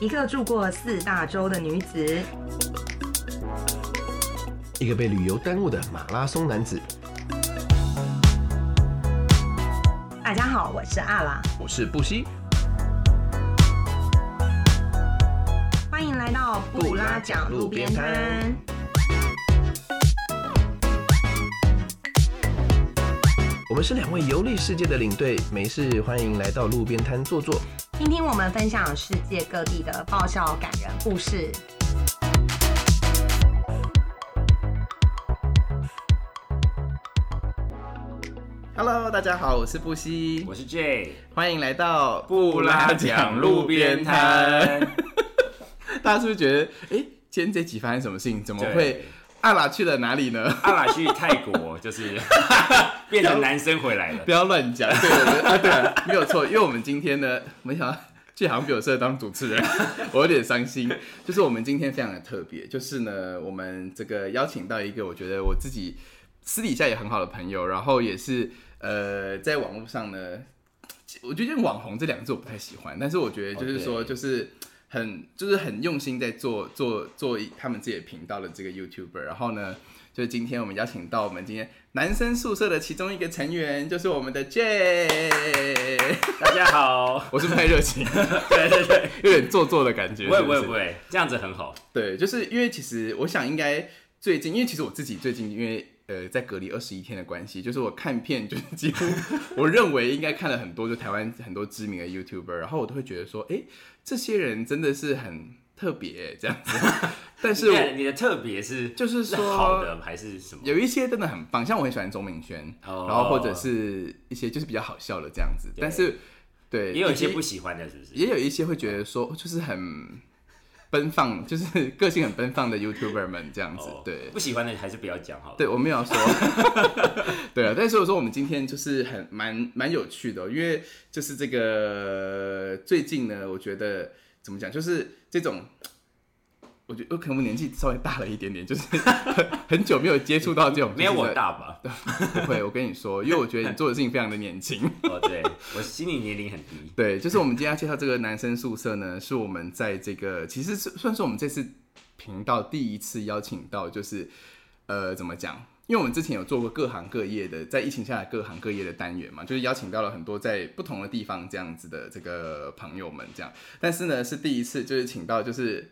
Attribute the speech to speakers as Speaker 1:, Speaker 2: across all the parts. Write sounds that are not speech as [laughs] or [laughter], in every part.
Speaker 1: 一个住过四大洲的女子，
Speaker 2: 一个被旅游耽误的马拉松男子。
Speaker 1: 大家好，我是阿拉，
Speaker 2: 我是布西，
Speaker 1: 欢迎来到布拉讲路边摊。
Speaker 2: 我们是两位游历世界的领队，没事欢迎来到路边摊坐坐。
Speaker 1: 听听我们分享世界各地的爆笑感人故事。
Speaker 3: Hello，大家好，我是布西
Speaker 4: 我，是 J，
Speaker 3: 欢迎来到。
Speaker 4: 布拉讲路边摊。
Speaker 3: 大家是不是觉得，哎、今天这集发生什么事情？怎么
Speaker 4: 对
Speaker 3: 会阿拉去了哪里呢？ [laughs]
Speaker 4: 阿拉去泰国，就是 [laughs] 变成男生回来了
Speaker 3: [laughs] 不。要乱讲，对我们啊，对啊，没有错，因为我们今天呢，没想到这好像比我适合当主持人， [laughs] 我有点伤心。就是我们今天非常的特别，就是呢，我们这个邀请到一个我觉得我自己私底下也很好的朋友，然后也是呃，在网络上呢，我觉得网红这两个字我不太喜欢，但是我觉得就是说，
Speaker 4: 哦对
Speaker 3: 就是。很就是很用心在做做做一他们自己的频道的这个 YouTuber，然后呢，就是今天我们邀请到我们今天男生宿舍的其中一个成员，就是我们的 J。
Speaker 4: 大家好，
Speaker 3: 我是不是太热情，
Speaker 4: 对对对，
Speaker 3: 有点做作的感觉。 [laughs]
Speaker 4: 不会
Speaker 3: 是
Speaker 4: 不
Speaker 3: 是
Speaker 4: 会不会，这样子很好。
Speaker 3: 对，就是因为其实我想应该最近，因为其实我自己最近因为呃在隔离二十一天的关系，就是我看片就是 [laughs] 几乎我认为应该看了很多，就台湾很多知名的 YouTuber，然后我都会觉得说，哎、这些人真的是很特别这样子。 [laughs] 但是
Speaker 4: [laughs] 你的
Speaker 3: 我
Speaker 4: 你的特别是
Speaker 3: 就是说
Speaker 4: 好的还是什么？
Speaker 3: 有一些真的很棒，像我很喜欢钟明轩，
Speaker 4: 哦
Speaker 3: 然后或者是一些就是比较好笑的这样子，但是对
Speaker 4: 也有一些
Speaker 3: 以及
Speaker 4: 不喜欢的，是不是？
Speaker 3: 也有一些会觉得说，就是很奔放，就是个性很奔放的 YouTuber 们这样子，
Speaker 4: 哦
Speaker 3: 对
Speaker 4: 不喜欢的还是不要讲好了。
Speaker 3: 对，我没有要说， [laughs] 对啊，但是我说我们今天就是很蛮蛮有趣的哦、因为就是这个最近呢，我觉得怎么讲，就是这种。我觉得我哦可能我年纪稍微大了一点点，就是 [laughs] 很很久没有接触到这种。
Speaker 4: 没有
Speaker 3: 就是
Speaker 4: 我大吧？
Speaker 3: 不会，我跟你说，因为我觉得你做的事情非常的年轻。
Speaker 4: 哦，对，我心理年龄很低。
Speaker 3: 对，就是我们今天要介绍这个男生宿舍呢，是我们在这个其实是算是我们这次频道第一次邀请到，就是呃怎么讲？因为我们之前有做过各行各业的，在疫情下的各行各业的单元嘛，就是邀请到了很多在不同的地方这样子的这个朋友们这样，但是呢是第一次就是请到就是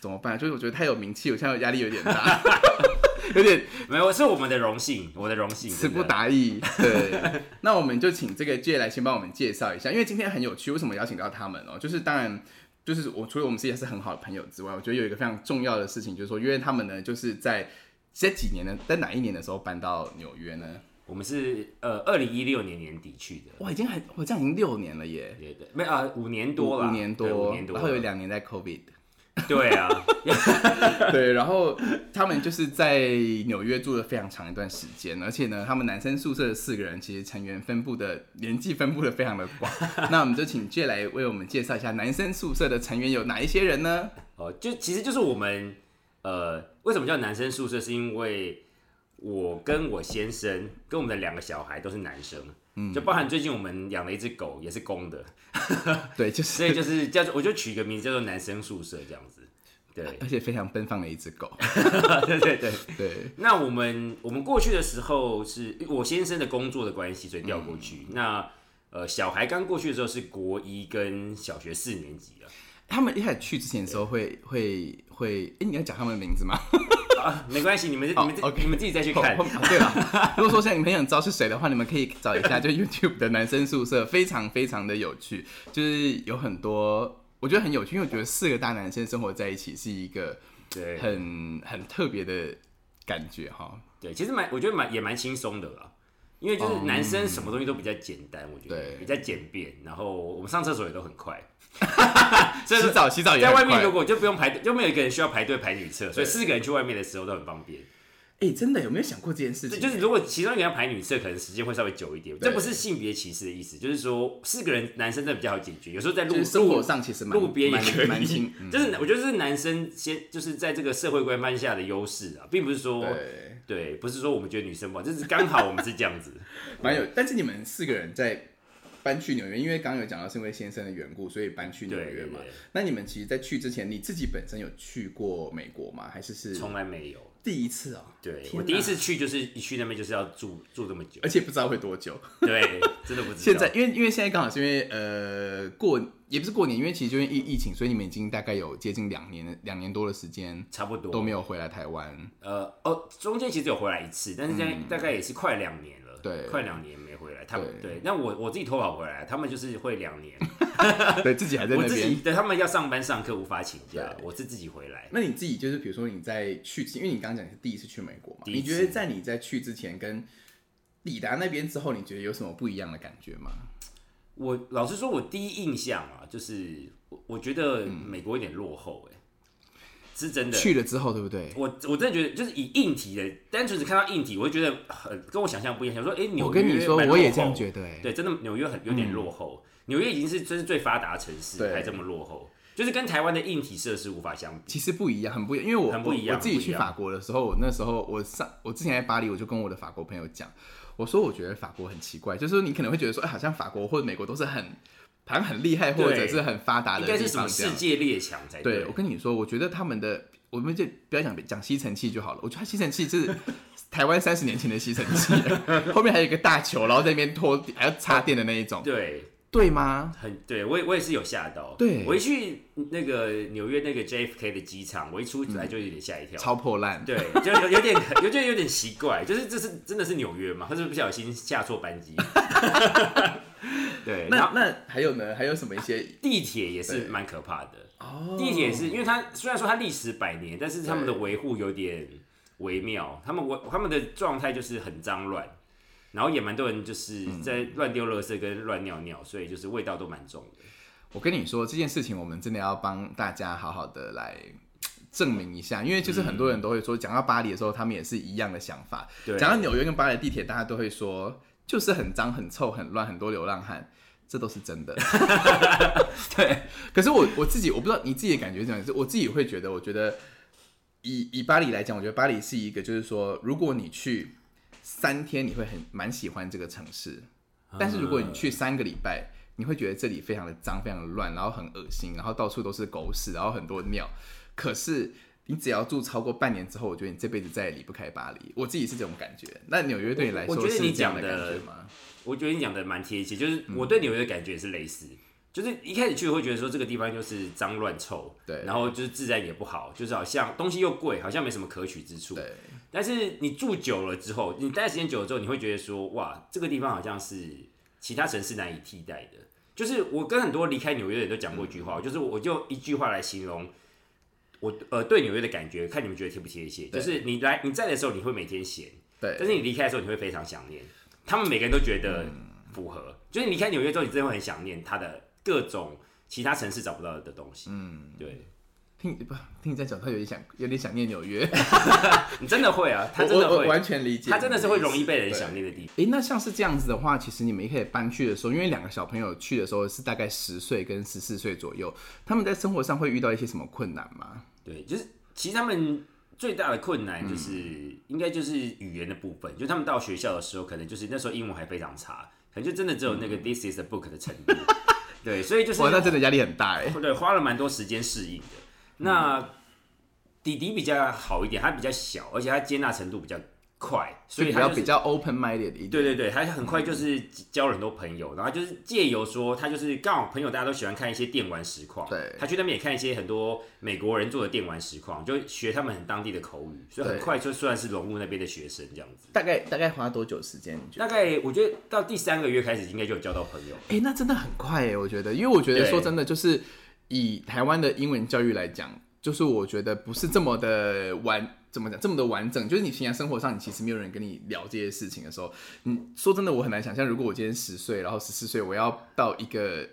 Speaker 3: 怎么办？就是我觉得太有名气，我现在压力有点大， [laughs] 有点
Speaker 4: 没有，是我们的荣幸，我的荣幸。
Speaker 3: 词不
Speaker 4: 真的
Speaker 3: 达意。对， [laughs] 那我们就请这个 J 来先帮我们介绍一下，因为今天很有趣，为什么邀请到他们哦？就是当然。就是我除了我们自己是很好的朋友之外，我觉得有一个非常重要的事情，就是说，因为他们呢，就是在这几年呢，在哪一年的时候搬到纽约呢？
Speaker 4: 我们是呃，二零一六年年底去的，
Speaker 3: 哇，已经很，我这样已经六年了耶，
Speaker 4: 对对，没有啊，五年多了，
Speaker 3: 五年
Speaker 4: 对
Speaker 3: 多，
Speaker 4: 五年多了，
Speaker 3: 然后有两年在 COVID，
Speaker 4: 对啊， [laughs]
Speaker 3: 对，然后他们就是在纽约住了非常长一段时间，而且呢，他们男生宿舍的四个人其实成员分布的年纪分布的非常的广。那我们就请 J 来为我们介绍一下男生宿舍的成员有哪一些人呢？
Speaker 4: 哦，就其实就是我们呃，为什么叫男生宿舍？是因为我跟我先生跟我们的两个小孩都是男生，嗯，就包含最近我们养了一只狗，也是公的，
Speaker 3: 对，就
Speaker 4: 所以
Speaker 3: 是，
Speaker 4: 就是 [laughs] 叫做我就取一个名字叫做男生宿舍这样子。对 [laughs]
Speaker 3: 而且非常奔放的一只狗。
Speaker 4: 对对对。
Speaker 3: 对，
Speaker 4: 那我们我们过去的时候是我先生的工作的关系，所以调过
Speaker 3: 嗯
Speaker 4: 去。那呃，小孩刚过去的时候是国一跟小学四年级
Speaker 3: [laughs]
Speaker 4: 了，
Speaker 3: 他们一开始去之前的时候会会会，哎、你要讲他们的名字吗？
Speaker 4: 啊，没关系，你们、
Speaker 3: 哦
Speaker 4: 你们自、
Speaker 3: OK
Speaker 4: 你们自己再去看。
Speaker 3: 哦哦对
Speaker 4: [laughs]
Speaker 3: 了，如果说现在你们很想知道是谁的话，你们可以找一下，就 YouTube 的男生宿舍，非常非常的有趣，就是有很多我觉得很有趣，因为我觉得四个大男生生活在一起是一个
Speaker 4: 对，
Speaker 3: 很很特别的感觉哈。
Speaker 4: 对，其实蛮，我觉得蛮也蛮轻松的啦，因为就是男生什么东西都比较简单，我觉
Speaker 3: 哦对
Speaker 4: 得比较简便，然后我们上厕所也都很快，所以
Speaker 3: 洗
Speaker 4: 说
Speaker 3: 澡洗澡也
Speaker 4: 在
Speaker 3: 很
Speaker 4: 外面
Speaker 3: 快
Speaker 4: 如果就不用排队，就没有一个人需要排队排女厕，所以四个人去外面的时候都很方便。
Speaker 3: 哎、真的有没有想过这件事
Speaker 4: 对，
Speaker 3: 情？
Speaker 4: 就是如果其中一个人要排女厕，可能时间会稍微久一点，
Speaker 3: 对
Speaker 4: 这不是性别歧视的意思，就是说四个人男生真的比较好解决，有时候在
Speaker 3: 就
Speaker 4: 路
Speaker 3: 是生活
Speaker 4: 路
Speaker 3: 上其实蛮
Speaker 4: 路边也
Speaker 3: 蛮
Speaker 4: 可以 [laughs]
Speaker 3: 蛮轻，嗯
Speaker 4: 就是我觉得这是男生先就是在这个社会规范下的优势啊，并不是说
Speaker 3: 对， [laughs]
Speaker 4: 对，不是说我们觉得女生不好，就是刚好我们是这样子。
Speaker 3: 蛮有。但是你们四个人在搬去纽约，因为刚刚有讲到是因为先生的缘故，所以搬去纽
Speaker 4: 对
Speaker 3: 约
Speaker 4: 对
Speaker 3: 嘛。
Speaker 4: 对，
Speaker 3: 那你们其实，在去之前，你自己本身有去过美国吗？还是是
Speaker 4: 从来没有。
Speaker 3: 第一次哦、
Speaker 4: 对
Speaker 3: 天
Speaker 4: 我
Speaker 3: 哪
Speaker 4: 第一次去就是一去那边就是要住住这么久
Speaker 3: 而，且不知道会多久。
Speaker 4: 对，真的不知道。
Speaker 3: 现在，因为因为现在刚好是因为呃过也不是过年，因为其实就因为疫疫情，所以你们已经大概有接近两年两年多的时间
Speaker 4: 差不多
Speaker 3: 都没有回来台
Speaker 4: [laughs]
Speaker 3: 湾。
Speaker 4: 呃哦，中间其实有回来一次，但是现在大概也是快两年了，
Speaker 3: 嗯对
Speaker 4: 快两年没回来。他们
Speaker 3: 对
Speaker 4: 对，那我我自己偷跑回来，他们就是会两年，
Speaker 3: 对自己 [laughs] 还在
Speaker 4: 我
Speaker 3: 那
Speaker 4: 自己
Speaker 3: 边。
Speaker 4: 对他们要上班上课无法请假，
Speaker 3: 对
Speaker 4: 我是自己回来。
Speaker 3: 那你自己就是比如说你在去之，因为你刚刚讲你是第一次去美国嘛，
Speaker 4: 第一
Speaker 3: 你
Speaker 4: 次
Speaker 3: 觉得在你在去之前跟抵达那边之后，你觉得有什么不一样的感觉吗？
Speaker 4: 我老实说，我第一印象啊，就是我我觉得美国有点落后、欸，哎、是真的。
Speaker 3: 嗯去了之后，对不对？
Speaker 4: 我我真的觉得，就是以硬体的，单纯只看到硬体，我会觉得很跟我想象不一样。想说，哎、纽约
Speaker 3: 我跟你说，
Speaker 4: 蛮落
Speaker 3: 我也
Speaker 4: 后
Speaker 3: 这样觉得、欸。
Speaker 4: 对，真的纽约很有点落后，纽、约已经是真是最发达的城市，
Speaker 3: 对
Speaker 4: 还这么落后，就是跟台湾的硬体设施无法相比。
Speaker 3: 其实不一样，很不一样，因为我
Speaker 4: 很不一样
Speaker 3: 我我自己
Speaker 4: 很不一
Speaker 3: 去
Speaker 4: 样
Speaker 3: 法国的时候，我那时候我上我之前在巴黎，我就跟我的法国朋友讲，我说我觉得法国很奇怪，就是你可能会觉得说，哎，好像法国或者美国都是很好像很厉害或
Speaker 4: 对
Speaker 3: 者是很发达
Speaker 4: 应
Speaker 3: 的地
Speaker 4: 该
Speaker 3: 方这
Speaker 4: 是
Speaker 3: 样，
Speaker 4: 什么世界列强才
Speaker 3: 对，我跟你说，我觉得他们的，我们就不要讲讲吸尘器就好了。我觉得吸尘器就是台湾三十年前的吸尘器，后面还有一个大球，然后在那边拖地还要插电的那一种，
Speaker 4: 对，
Speaker 3: 对吗？
Speaker 4: 很对我也我也是有吓到。
Speaker 3: 对
Speaker 4: 我一去那个纽约那个 JFK 的机场，我一出来就有点吓一跳。
Speaker 3: 嗯超破烂，
Speaker 4: 对，就有有点，有点有点奇怪，就是这是真的是纽约嘛？他是不是不小心下错班机？ [laughs] 对，然
Speaker 3: 那
Speaker 4: 后
Speaker 3: 那还有呢？还有什么一些
Speaker 4: 地铁也是
Speaker 3: 对
Speaker 4: 蛮可怕的。
Speaker 3: 哦
Speaker 4: 地铁是因为它虽然说它历史百年，但是他们的维护有点微妙，他们维他们的状态就是很脏乱，然后也蛮多人就是
Speaker 3: 嗯
Speaker 4: 在乱丢垃圾跟乱尿尿，所以就是味道都蛮重的。
Speaker 3: 我跟你说这件事情，我们真的要帮大家好好的来证明一下，因为就是很多人都会说，讲到巴黎的时候，他们也是一样的想法。
Speaker 4: 对，
Speaker 3: 讲到纽约跟巴黎的地铁，大家都会说，就是很脏、很臭、很乱、很多流浪汉，这都是真的。对，可是我我自己，我不知道你自己的感觉是怎么样，是我自己会觉得，我觉得以以巴黎来讲，我觉得巴黎是一个，就是说，如果你去三天，你会很蛮喜欢这个城市，但是如
Speaker 4: 嗯
Speaker 3: 果你去三个礼拜。你会觉得这里非常的脏，非常的乱，然后很恶心，然后到处都是狗屎，然后很多尿。可是你只要住超过半年之后，我觉得你这辈子再也离不开巴黎。我自己是这种感觉。那纽约对你来
Speaker 4: 我
Speaker 3: 说
Speaker 4: 我觉得
Speaker 3: 是
Speaker 4: 你
Speaker 3: 这样
Speaker 4: 讲
Speaker 3: 感
Speaker 4: 的
Speaker 3: 觉吗？
Speaker 4: 我觉得你讲的蛮贴切，就是
Speaker 3: 嗯
Speaker 4: 我对纽约的感觉也是类似。就是一开始去会觉得说这个地方就是脏乱臭，
Speaker 3: 对
Speaker 4: 然后就是治安也不好，就是好像东西又贵，好像没什么可取之处。
Speaker 3: 对，
Speaker 4: 但是你住久了之后，你待的时间久了之后，你会觉得说，哇，这个地方好像是其他城市难以替代的。就是我跟很多离开纽约的人都讲过一句
Speaker 3: 嗯
Speaker 4: 话，就是我就一句话来形容我呃对纽约的感觉，看你们觉得贴不贴切。就
Speaker 3: 对
Speaker 4: 是你来你在的时候你会每天闲，但
Speaker 3: 对，
Speaker 4: 是你离开的时候你会非常想念。他们每个人都觉得符合，就是你离开纽约之后，你真的会很想念它的各种其他城市找不到的东西。嗯，对，
Speaker 3: 听不听你在讲，他有点想，有点想念纽约。
Speaker 4: 你真的会啊，
Speaker 3: 我
Speaker 4: 他真的
Speaker 3: 我我
Speaker 4: 会，
Speaker 3: 完全理解，
Speaker 4: 他真的是会容易被人
Speaker 3: 对
Speaker 4: 想。念的地方。
Speaker 3: 诶，那像是这样子的话，其实你们一开始搬去的时候，因为两个小朋友去的时候是大概十岁跟十四岁左右，他们在生活上会遇到一些什么困难吗？
Speaker 4: 对，就是其实他们最大的困难
Speaker 3: 嗯
Speaker 4: 就是、应该就是语言的部分，就他们到学校的时候，可能就是那时候英文还非常差，可能就真的只有那个 This is a book 的程度。 [laughs] 对，所以就是
Speaker 3: 嗯哇，那真的压力很大哎、
Speaker 4: 对花了蛮多时间适应的。那弟弟比较好一点，他比较小，而且他接纳程度比较快，所
Speaker 3: 所以
Speaker 4: 以
Speaker 3: 比
Speaker 4: 他、就
Speaker 3: 较
Speaker 4: 是、
Speaker 3: 比较嗯 open minded 一点。
Speaker 4: 对对对，他很快就是交了很多朋友，然后就是借由说他就是刚好朋友大家都喜欢看一些电玩实况，
Speaker 3: 对
Speaker 4: 他去那边也看一些很多美国人做的电玩实况，就学他们很当地的口语，所以很
Speaker 3: 对
Speaker 4: 快就算是融入那边的学生这样子。
Speaker 3: 大概大概花多久时间？你觉得？
Speaker 4: 大概我觉得到第三个月开始应该就有交到朋友，
Speaker 3: 哎、那真的很快哎，我觉得，因为我觉得
Speaker 4: 对
Speaker 3: 说真的，就是以台湾的英文教育来讲，就是我觉得不是这么的完，怎么讲，这么的完整。就是你平常生活上，你其实没有人跟你聊这些事情的时候，你说真的，我很难想象，如果我今天十岁，然后十四岁，我要到一个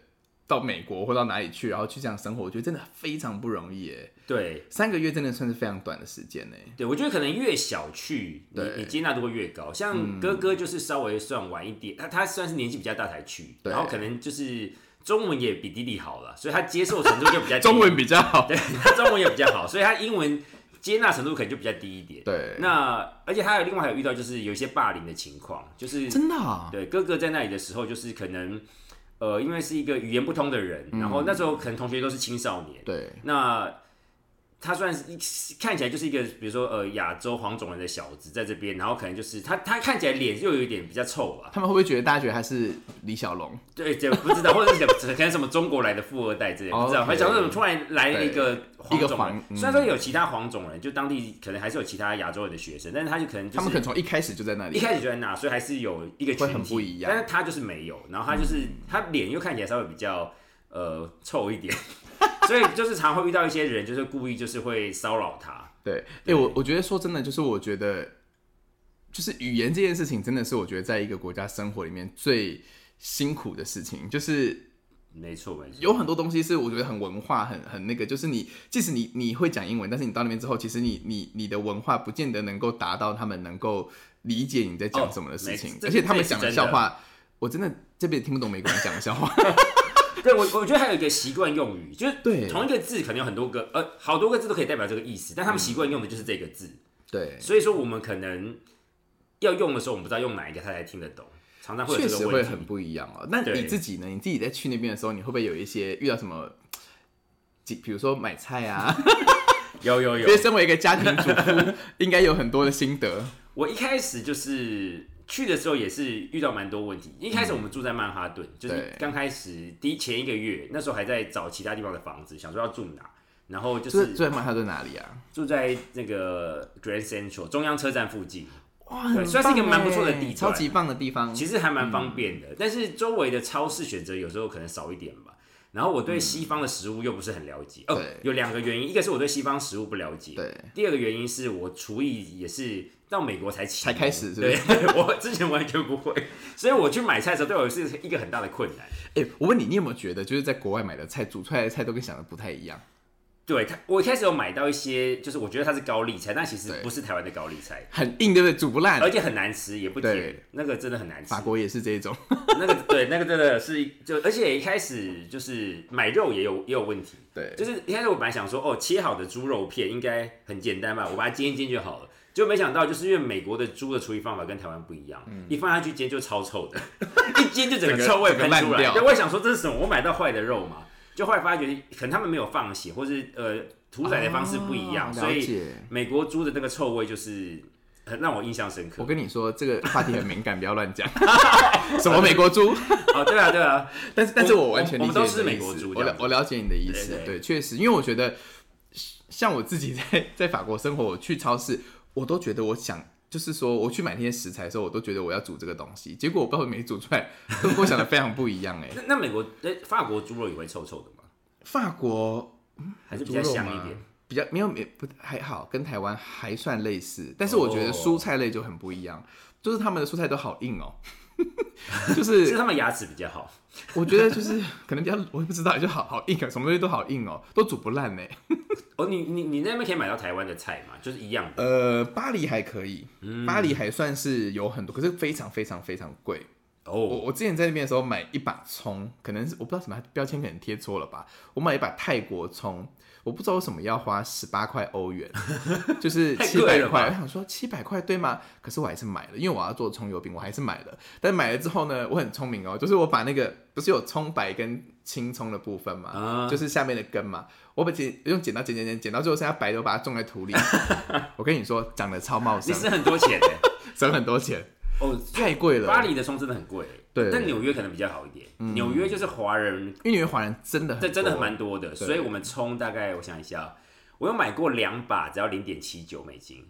Speaker 3: 到美国或到哪里去，然后去这样生活，我觉得真的非常不容易哎。
Speaker 4: 对。
Speaker 3: 三个月真的算是非常短的时间呢。
Speaker 4: 对，我觉得可能越小去，你
Speaker 3: 对嗯
Speaker 4: 你接纳度会越高。像哥哥就是稍微算晚一点，他他算是年纪比较大才去，
Speaker 3: 对
Speaker 4: 然后可能就是中文也比
Speaker 3: [laughs]
Speaker 4: 弟弟好了，所以他接受程度就比较低 [laughs]
Speaker 3: 中文比较好，
Speaker 4: 对他中文也比较好，所以他英文接纳程度可能就比较低一点。
Speaker 3: 对，
Speaker 4: 那而且还有另外还有遇到就是有一些霸凌的情况，就是
Speaker 3: 真的、啊，
Speaker 4: 对哥哥在那里的时候，就是可能呃，因为是一个语言不通的人，
Speaker 3: 嗯
Speaker 4: 然后那时候可能同学都是青少年，
Speaker 3: 对，
Speaker 4: 那他虽然是一看起来就是一个，比如说呃亚洲黄种人的小子在这边，然后可能就是他他看起来脸又有一点比较臭吧，
Speaker 3: 他们会不会觉得大家觉得他是李小龙？
Speaker 4: 对，这不知道，或者是什么 [laughs] 可能什么中国来的富二代之类的，不知道，
Speaker 3: 哦 OK
Speaker 4: 还想说怎么突然来了一个黄
Speaker 3: 一个
Speaker 4: 种人
Speaker 3: 黄，嗯
Speaker 4: 虽然说有其他黄种人，就当地可能还是有其他亚洲人的学生，但是他就可能就
Speaker 3: 他们可
Speaker 4: 是
Speaker 3: 能从一开始就在那里，
Speaker 4: 一开始就在那，所以还是有一个群体
Speaker 3: 会很不一样
Speaker 4: 但是他就是没有，然后他就是、他脸又看起来稍微比较呃臭一点， [laughs] 所以就是常会遇到一些人就是故意就是会骚扰他。
Speaker 3: 对，哎、我我觉得说真的，就是我觉得，就是语言这件事情，真的是我觉得在一个国家生活里面最辛苦的事情，就是
Speaker 4: 没错，没错，
Speaker 3: 有很多东西是我觉得很文化、很很那个，就是你即使你你会讲英文，但是你到那边之后，其实你你你的文化不见得能够达到他们能够理解你在讲什么的事情，
Speaker 4: 哦没这
Speaker 3: 而且他们
Speaker 4: 这也
Speaker 3: 讲
Speaker 4: 是真的
Speaker 3: 笑话，我真的这边也听不懂美国人讲的笑话。
Speaker 4: [laughs] 对我我觉得还有一个习惯用语，就是
Speaker 3: 对
Speaker 4: 同一个字可能有很多个呃好多个字都可以代表这个意思，但他们习惯用的就是这个字，
Speaker 3: 嗯对，
Speaker 4: 所以说我们可能要用的时候，我们不知道用哪一个他才听得懂，常常会有
Speaker 3: 确
Speaker 4: 这
Speaker 3: 实
Speaker 4: 个
Speaker 3: 会
Speaker 4: 问
Speaker 3: 很
Speaker 4: 题。
Speaker 3: 不一样哦。那
Speaker 4: 对
Speaker 3: 你自己呢？你自己在去那边的时候，你会不会有一些遇到什么？几比如说买菜啊， [laughs]
Speaker 4: 有有有
Speaker 3: 所以，身为一个家庭主妇， [laughs] 应该有很多的心得。
Speaker 4: 我一开始就是去的时候也是遇到蛮多问题。一开始我们住在曼哈顿，就是
Speaker 3: 嗯对
Speaker 4: 刚开始第一前一个月，那时候还在找其他地方的房子，想说要住哪，然后就
Speaker 3: 就是
Speaker 4: 是
Speaker 3: 最曼哈顿哪里啊？
Speaker 4: 住在那个 Grand Central 中央车站附近，
Speaker 3: 哇
Speaker 4: 对算是一个蛮不错的地段
Speaker 3: 欸超级棒的地方。
Speaker 4: 其实还蛮
Speaker 3: 嗯
Speaker 4: 方便的。但是周围的超市选择有时候可能少一点吧。然后我对西方的食物又不是很了解，哦
Speaker 3: 嗯对，
Speaker 4: 有两个原因，一个是我对西方食物不了解，
Speaker 3: 对，
Speaker 4: 第二个原因是我厨艺也是到美国才起
Speaker 3: 才开始是不
Speaker 4: 对
Speaker 3: 是，
Speaker 4: 我之前完全不会，所以我去买菜的时候对我是一个很大的困难。
Speaker 3: 哎、我问你，你有没有觉得，就是在国外买的菜，煮出来的菜都跟想的不太一样？
Speaker 4: 对他，我一开始有买到一些，就是我觉得它是高丽菜，但其实
Speaker 3: 对
Speaker 4: 不是台湾的高丽菜，
Speaker 3: 很硬，对不对？煮不烂
Speaker 4: 而。且很难吃，也不甜
Speaker 3: 对，
Speaker 4: 那个真的很难吃
Speaker 3: 法。国也是这种，
Speaker 4: 那个对，那个真的是就，而且一开始就是买肉也有也有问题，
Speaker 3: 对
Speaker 4: 就是一开始我本来想说，哦，切好的猪肉片应该很简单吧，我把它煎一煎就好了。就没想到，就是因为美国的猪的处理方法跟台湾不一样，一放下去煎就超臭的， [laughs] 一煎就整个
Speaker 3: 嗯整个
Speaker 4: 臭味
Speaker 3: 整个
Speaker 4: 喷
Speaker 3: 烂
Speaker 4: 出来。
Speaker 3: 掉
Speaker 4: 对，我也想说这是什么？我买到坏的肉嘛？就后来发觉，可能他们没有放血，或是呃屠宰的方式不一样，
Speaker 3: 哦
Speaker 4: 所
Speaker 3: 了
Speaker 4: 以
Speaker 3: 解。
Speaker 4: 美国猪的那个臭味就是很让我印象深刻
Speaker 3: 我。跟你说，这个话题很敏感，不要乱 [laughs] 讲。什么美国猪？
Speaker 4: 哦，对啊，对啊，
Speaker 3: 但是，但是
Speaker 4: 我
Speaker 3: 我完全理
Speaker 4: 我
Speaker 3: 解你
Speaker 4: 们
Speaker 3: 的
Speaker 4: 都
Speaker 3: 意思。
Speaker 4: 是美国猪
Speaker 3: 我
Speaker 4: 这
Speaker 3: 了
Speaker 4: 样子
Speaker 3: 我了解你的意思，
Speaker 4: 对对
Speaker 3: 确实，因为我觉得像 [laughs] 我自己在在法国生活，我去超市，我都觉得我想。就是说，我去买那些食材的时候，我都觉得我要煮这个东西，结果我不知道没煮出来，跟我想的非常不一样哎、
Speaker 4: 那那美国呃法国猪肉也会臭臭的吗？
Speaker 3: [laughs] 法国
Speaker 4: 还是比较
Speaker 3: 猪肉
Speaker 4: 香
Speaker 3: 吗
Speaker 4: 一点？
Speaker 3: 比较没有没不还好，跟台湾还算类似，但是我觉得
Speaker 4: 哦
Speaker 3: 蔬菜类就很不一样，就是他们的蔬菜都好硬哦、 [laughs] 就是是
Speaker 4: 他们牙齿比较好。
Speaker 3: 我觉得就是可能比较我也不知道，就好好硬啊，什么东西都好硬哦、都煮不烂呢、
Speaker 4: 哦，你你你那边可以买到台湾的菜嘛？就是一样的。
Speaker 3: 呃，巴黎还可以，巴黎还算是有很多，可是非常非常非常贵。我
Speaker 4: 哦，
Speaker 3: 我之前在那边的时候买一把葱，可能是我不知道什么它标签可能贴错了吧，我买一把泰国葱，我不知道为什么要花十八块
Speaker 4: [laughs]
Speaker 3: 欧元，就是
Speaker 4: 太
Speaker 3: 七
Speaker 4: 贵
Speaker 3: 百
Speaker 4: 了吧
Speaker 3: 块。我想说七百块对吗？可是我还是买了，因为我要做葱油饼，我还是买了。但买了之后呢，我很聪明哦，就是我把那个不是有葱白跟青葱的部分嘛，
Speaker 4: 啊
Speaker 3: 就是下面的根嘛，我把剪用剪刀剪剪剪剪到最后剩下白的，我把它种在
Speaker 4: [laughs]
Speaker 3: 土里。我跟你说，长得超茂
Speaker 4: 你
Speaker 3: 盛，
Speaker 4: 省很多钱欸
Speaker 3: 省很多钱，
Speaker 4: 哦，
Speaker 3: 太贵了。
Speaker 4: 巴黎的葱真的很贵欸，
Speaker 3: 啊对
Speaker 4: 但纽约可能比较好一点。纽约就是华人，
Speaker 3: 因为纽约华人真的很
Speaker 4: 这真的很
Speaker 3: 多
Speaker 4: 蛮多的，
Speaker 3: 对
Speaker 4: 所以我们葱大概我想一下，啊我有买过两把，只要零点七九美金。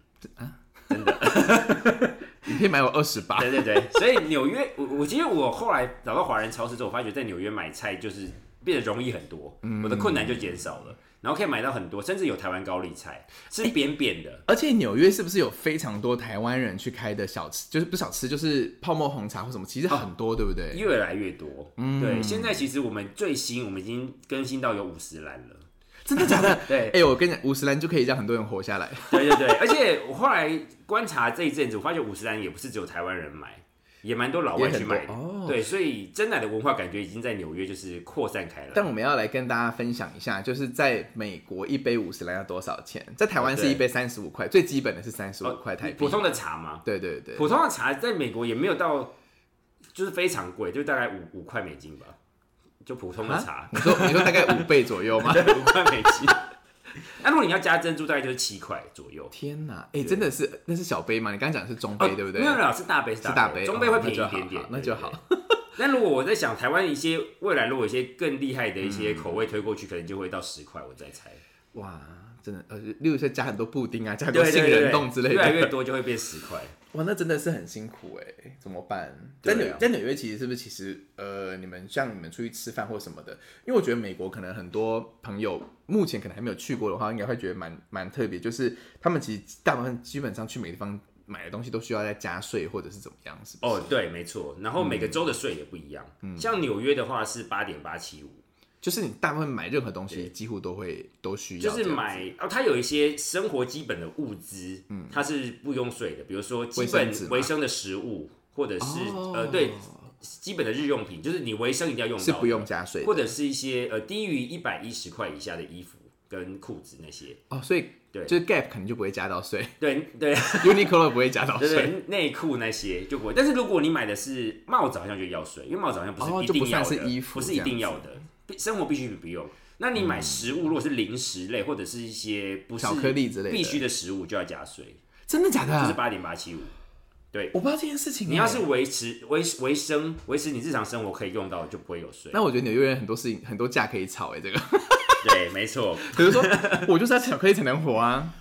Speaker 3: 你可以买我二十八。
Speaker 4: [laughs] 对对对，所以纽约，我我其实我后来找到华人超市之后，我发觉在纽约买菜就是变得容易很多，
Speaker 3: 嗯
Speaker 4: 我的困难就减少了，然后可以买到很多，甚至有台湾高丽菜，是扁扁的。
Speaker 3: 而且纽约是不是有非常多台湾人去开的小吃，就是不是小吃，就是泡沫红茶或什么，其实很多，对不对？
Speaker 4: 越来越多。
Speaker 3: 嗯
Speaker 4: 对，现在其实我们最新，我们已经更新到有五十栏了。
Speaker 3: 真的假的？
Speaker 4: [laughs] 对
Speaker 3: 哎、我跟你讲，五十岚就可以让很多人活下来。
Speaker 4: 对对对，而且我后来观察这一阵子，我发现五十栏也不是只有台湾人买，也蛮多老
Speaker 3: 也
Speaker 4: 外
Speaker 3: 很
Speaker 4: 去买的。
Speaker 3: 多哦
Speaker 4: 对，所以真奶的文化感觉已经在纽约就是扩散开
Speaker 3: 但
Speaker 4: 了。
Speaker 3: 我们要来跟大家分享一下，就是在美国一杯五十兰要多少钱？在台湾是
Speaker 4: 对
Speaker 3: 一杯三十五块，最基本的是三十五块台币。
Speaker 4: 呃哦普通的茶嘛，
Speaker 3: 对对对，
Speaker 4: 普通的茶在美国也没有到，就是非常贵，就大概五五块美金吧，就普通的茶
Speaker 3: 啊你说你说大概五倍左右吗？
Speaker 4: [laughs] 五块美金。那如果你要加珍珠，大概就是七块左右。
Speaker 3: 天哪，哎、真的是那是小杯吗？你刚刚讲的是中杯、
Speaker 4: 哦
Speaker 3: 哎对不对？
Speaker 4: 没有没有，是大杯，是
Speaker 3: 是大杯，
Speaker 4: 杯，中杯会便宜
Speaker 3: 哦
Speaker 4: 一点点，
Speaker 3: 那就好。
Speaker 4: 对
Speaker 3: 好。
Speaker 4: [laughs] 那如果我在想台湾一些未来，如果有一些更厉害的一些口味推过
Speaker 3: 嗯
Speaker 4: 去，可能就会到十块，我再猜。
Speaker 3: 哇，真的，呃，例如说加很多布丁啊，加很多杏仁冻之类的，
Speaker 4: 越来越多就会变十块。
Speaker 3: 哇，那真的是很辛苦哎，怎么办？
Speaker 4: 对
Speaker 3: 在
Speaker 4: 啊
Speaker 3: 纽、在纽约其实是不是其实呃，你们像你们出去吃饭或什么的，因为我觉得美国可能很多朋友目前可能还没有去过的话，应该会觉得蛮蛮特别，就是他们其实大部分基本上去每个地方买的东西都需要再加税或者是怎么样，是不是？
Speaker 4: 哦，对，没错。然后每
Speaker 3: 嗯
Speaker 4: 个州的税也不一样，像纽约的话是八点八七五，
Speaker 3: 就是你大部分买任何东西
Speaker 4: 对
Speaker 3: 几乎都会都需要这
Speaker 4: 就
Speaker 3: 样子，嗯
Speaker 4: 是买哦，它有一些生活基本的物资，它是不用税的，比如说基
Speaker 3: 卫生纸
Speaker 4: 本
Speaker 3: 吗
Speaker 4: 维生的食物，或者是
Speaker 3: 哦
Speaker 4: 呃对基本的日用品，就是你维生一定要用到，
Speaker 3: 是不用，加税的，
Speaker 4: 或者是一些呃低于一百一十块以下的衣服跟裤子那些，
Speaker 3: 哦，所以
Speaker 4: 对
Speaker 3: 就是 Gap 可能就不会加到税 [laughs]
Speaker 4: 对对
Speaker 3: ，Uniqlo 不会加到
Speaker 4: [laughs] 对
Speaker 3: 税。
Speaker 4: 对，内裤那些就不会。但是如果你买的是帽子，好像就要税，因为帽子好像不
Speaker 3: 哦
Speaker 4: 是一
Speaker 3: 就不
Speaker 4: 定要的，
Speaker 3: 算是衣服
Speaker 4: 不是一定要的，必生活必需品不用。那你买食物，如果是零食类或者是一些不是
Speaker 3: 嗯巧克力之类的
Speaker 4: 必须的食物，就要加税，
Speaker 3: 真的假的
Speaker 4: 就是
Speaker 3: 啊？
Speaker 4: 八点八七五。
Speaker 3: 我不知道这件事情欸。
Speaker 4: 你要是维持维维生维持你日常生活可以用到的，就不会有税。
Speaker 3: 那我觉得纽约人很多事情很多架可以吵哎、这个
Speaker 4: 对，没错，
Speaker 3: [laughs] 比 [laughs] 如说我就是要巧克力才能活啊。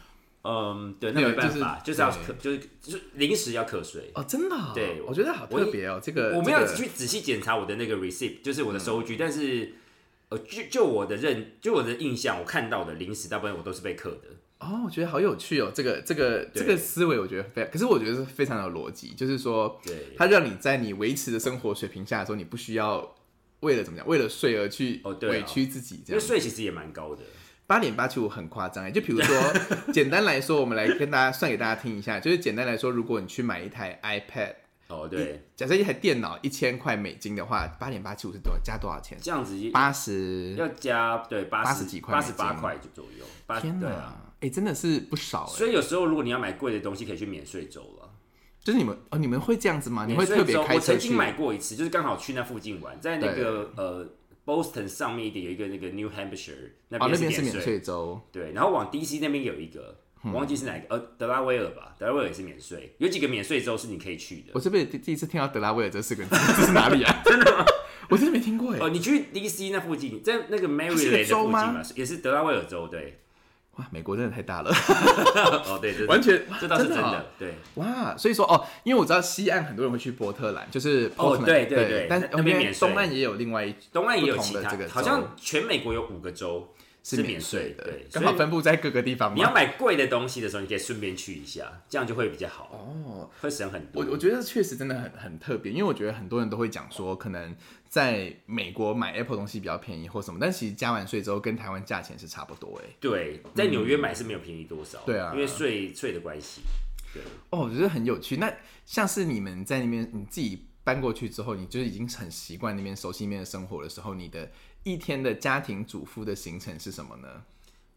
Speaker 4: 嗯，对，那
Speaker 3: 没有
Speaker 4: 没办法，就
Speaker 3: 就
Speaker 4: 是是要课，就是就是零食要课税。
Speaker 3: 哦，真的、哦？
Speaker 4: 对
Speaker 3: 我觉得好特别哦。这个
Speaker 4: 我没有
Speaker 3: 这个嗯
Speaker 4: 去仔细检查我的那个 receipt，就是我的收据，但是呃，就就我的认，就我的印象，我看到的零食大部分我都是被克的。
Speaker 3: 哦，我觉得好有趣哦。这个这个这
Speaker 4: 对
Speaker 3: 个思维，我觉得非常，可是我觉得是非常有逻辑，就是说
Speaker 4: 对，
Speaker 3: 它让你在你维持的生活水平下的时候，你不需要为了怎么讲，为了税而去
Speaker 4: 哦对啊
Speaker 3: 委屈自己这
Speaker 4: 因为
Speaker 3: 样。
Speaker 4: 税其实也蛮高的。
Speaker 3: 八点八七五很夸张哎，就比如 [laughs] 说简单来说，我们来跟大家算给大家听一下，就是简单来说，如果你去买一台 iPad。
Speaker 4: 哦，对，
Speaker 3: 假设一台电脑一千块美金的话，八点八七五是多加多少钱？
Speaker 4: 这样子
Speaker 3: 八十，
Speaker 4: 要加对八
Speaker 3: 80几块
Speaker 4: 八
Speaker 3: 美
Speaker 4: 十
Speaker 3: 金
Speaker 4: 八块就左右，八
Speaker 3: 天
Speaker 4: 对
Speaker 3: 哪！哎、
Speaker 4: 啊。
Speaker 3: 真的是不少哎、
Speaker 4: 所以有时候如果你要买贵的东西，可以去免税州了。
Speaker 3: 就是你们哦，你们会这样子吗？你会
Speaker 4: 免税
Speaker 3: 特别
Speaker 4: 州
Speaker 3: 开
Speaker 4: 我
Speaker 3: 车
Speaker 4: 曾
Speaker 3: 去？
Speaker 4: 经买过一次，就是刚好去那附近玩，在那个呃 Boston 上面一点有一个那个 New Hampshire 那
Speaker 3: 哦，那边
Speaker 4: 边
Speaker 3: 是
Speaker 4: 免
Speaker 3: 免税州
Speaker 4: 对，然后往 DC 那边有一个，我忘记是哪一个，呃，德拉威尔吧，德拉威尔也是免税，有几个免税州是你可以去的
Speaker 3: 我。这边第第一次听到德拉威尔这四个字，这是哪里
Speaker 4: [laughs]
Speaker 3: 啊？真的吗？ [laughs] 我真的没听过哎、
Speaker 4: 哦，你去 DC 那附近，在那个 Maryland
Speaker 3: 是一个
Speaker 4: 的附
Speaker 3: 州
Speaker 4: 近
Speaker 3: 吗
Speaker 4: 嘛，也是德拉威尔州，
Speaker 3: [laughs]
Speaker 4: 对，
Speaker 3: 哇，美国真的太
Speaker 4: [laughs]
Speaker 3: 大了，
Speaker 4: 哦，对，这
Speaker 3: 完全
Speaker 4: 这倒是真
Speaker 3: 真的
Speaker 4: 的
Speaker 3: 哦，
Speaker 4: 对，
Speaker 3: 哇！所以说哦，因为我知道西岸很多人会去波特兰，就是
Speaker 4: 哦
Speaker 3: Portland，
Speaker 4: 对对
Speaker 3: 对
Speaker 4: 对
Speaker 3: 但
Speaker 4: 那那边免税
Speaker 3: 东岸也有另外一
Speaker 4: 东岸也有
Speaker 3: 不同
Speaker 4: 其
Speaker 3: 的
Speaker 4: 他
Speaker 3: 这个，州
Speaker 4: 好像全美国有五个州
Speaker 3: 是
Speaker 4: 免
Speaker 3: 免
Speaker 4: 税
Speaker 3: 的，
Speaker 4: 对，
Speaker 3: 刚好
Speaker 4: 所以
Speaker 3: 分布在各个地方嘛。
Speaker 4: 你要买贵的东西的时候，你可以顺便去一下，这样就会比较好，
Speaker 3: 哦，
Speaker 4: 会省很多
Speaker 3: 我。我觉得确实真的很很特别，因为我觉得很多人都会讲说，可能在美国买 Apple 东西比较便宜或什么，但其实加完税之后跟台湾价钱是差不多哎。
Speaker 4: 对，在纽约买是没有便宜多少，
Speaker 3: 对啊
Speaker 4: 因为税税的关系，对。
Speaker 3: 哦，我觉得很有趣。那像是你们在那边你自己搬过去之后，你就是已经很习惯那边熟悉那边的生活的时候，你的一天的家庭主妇的行程是什么呢？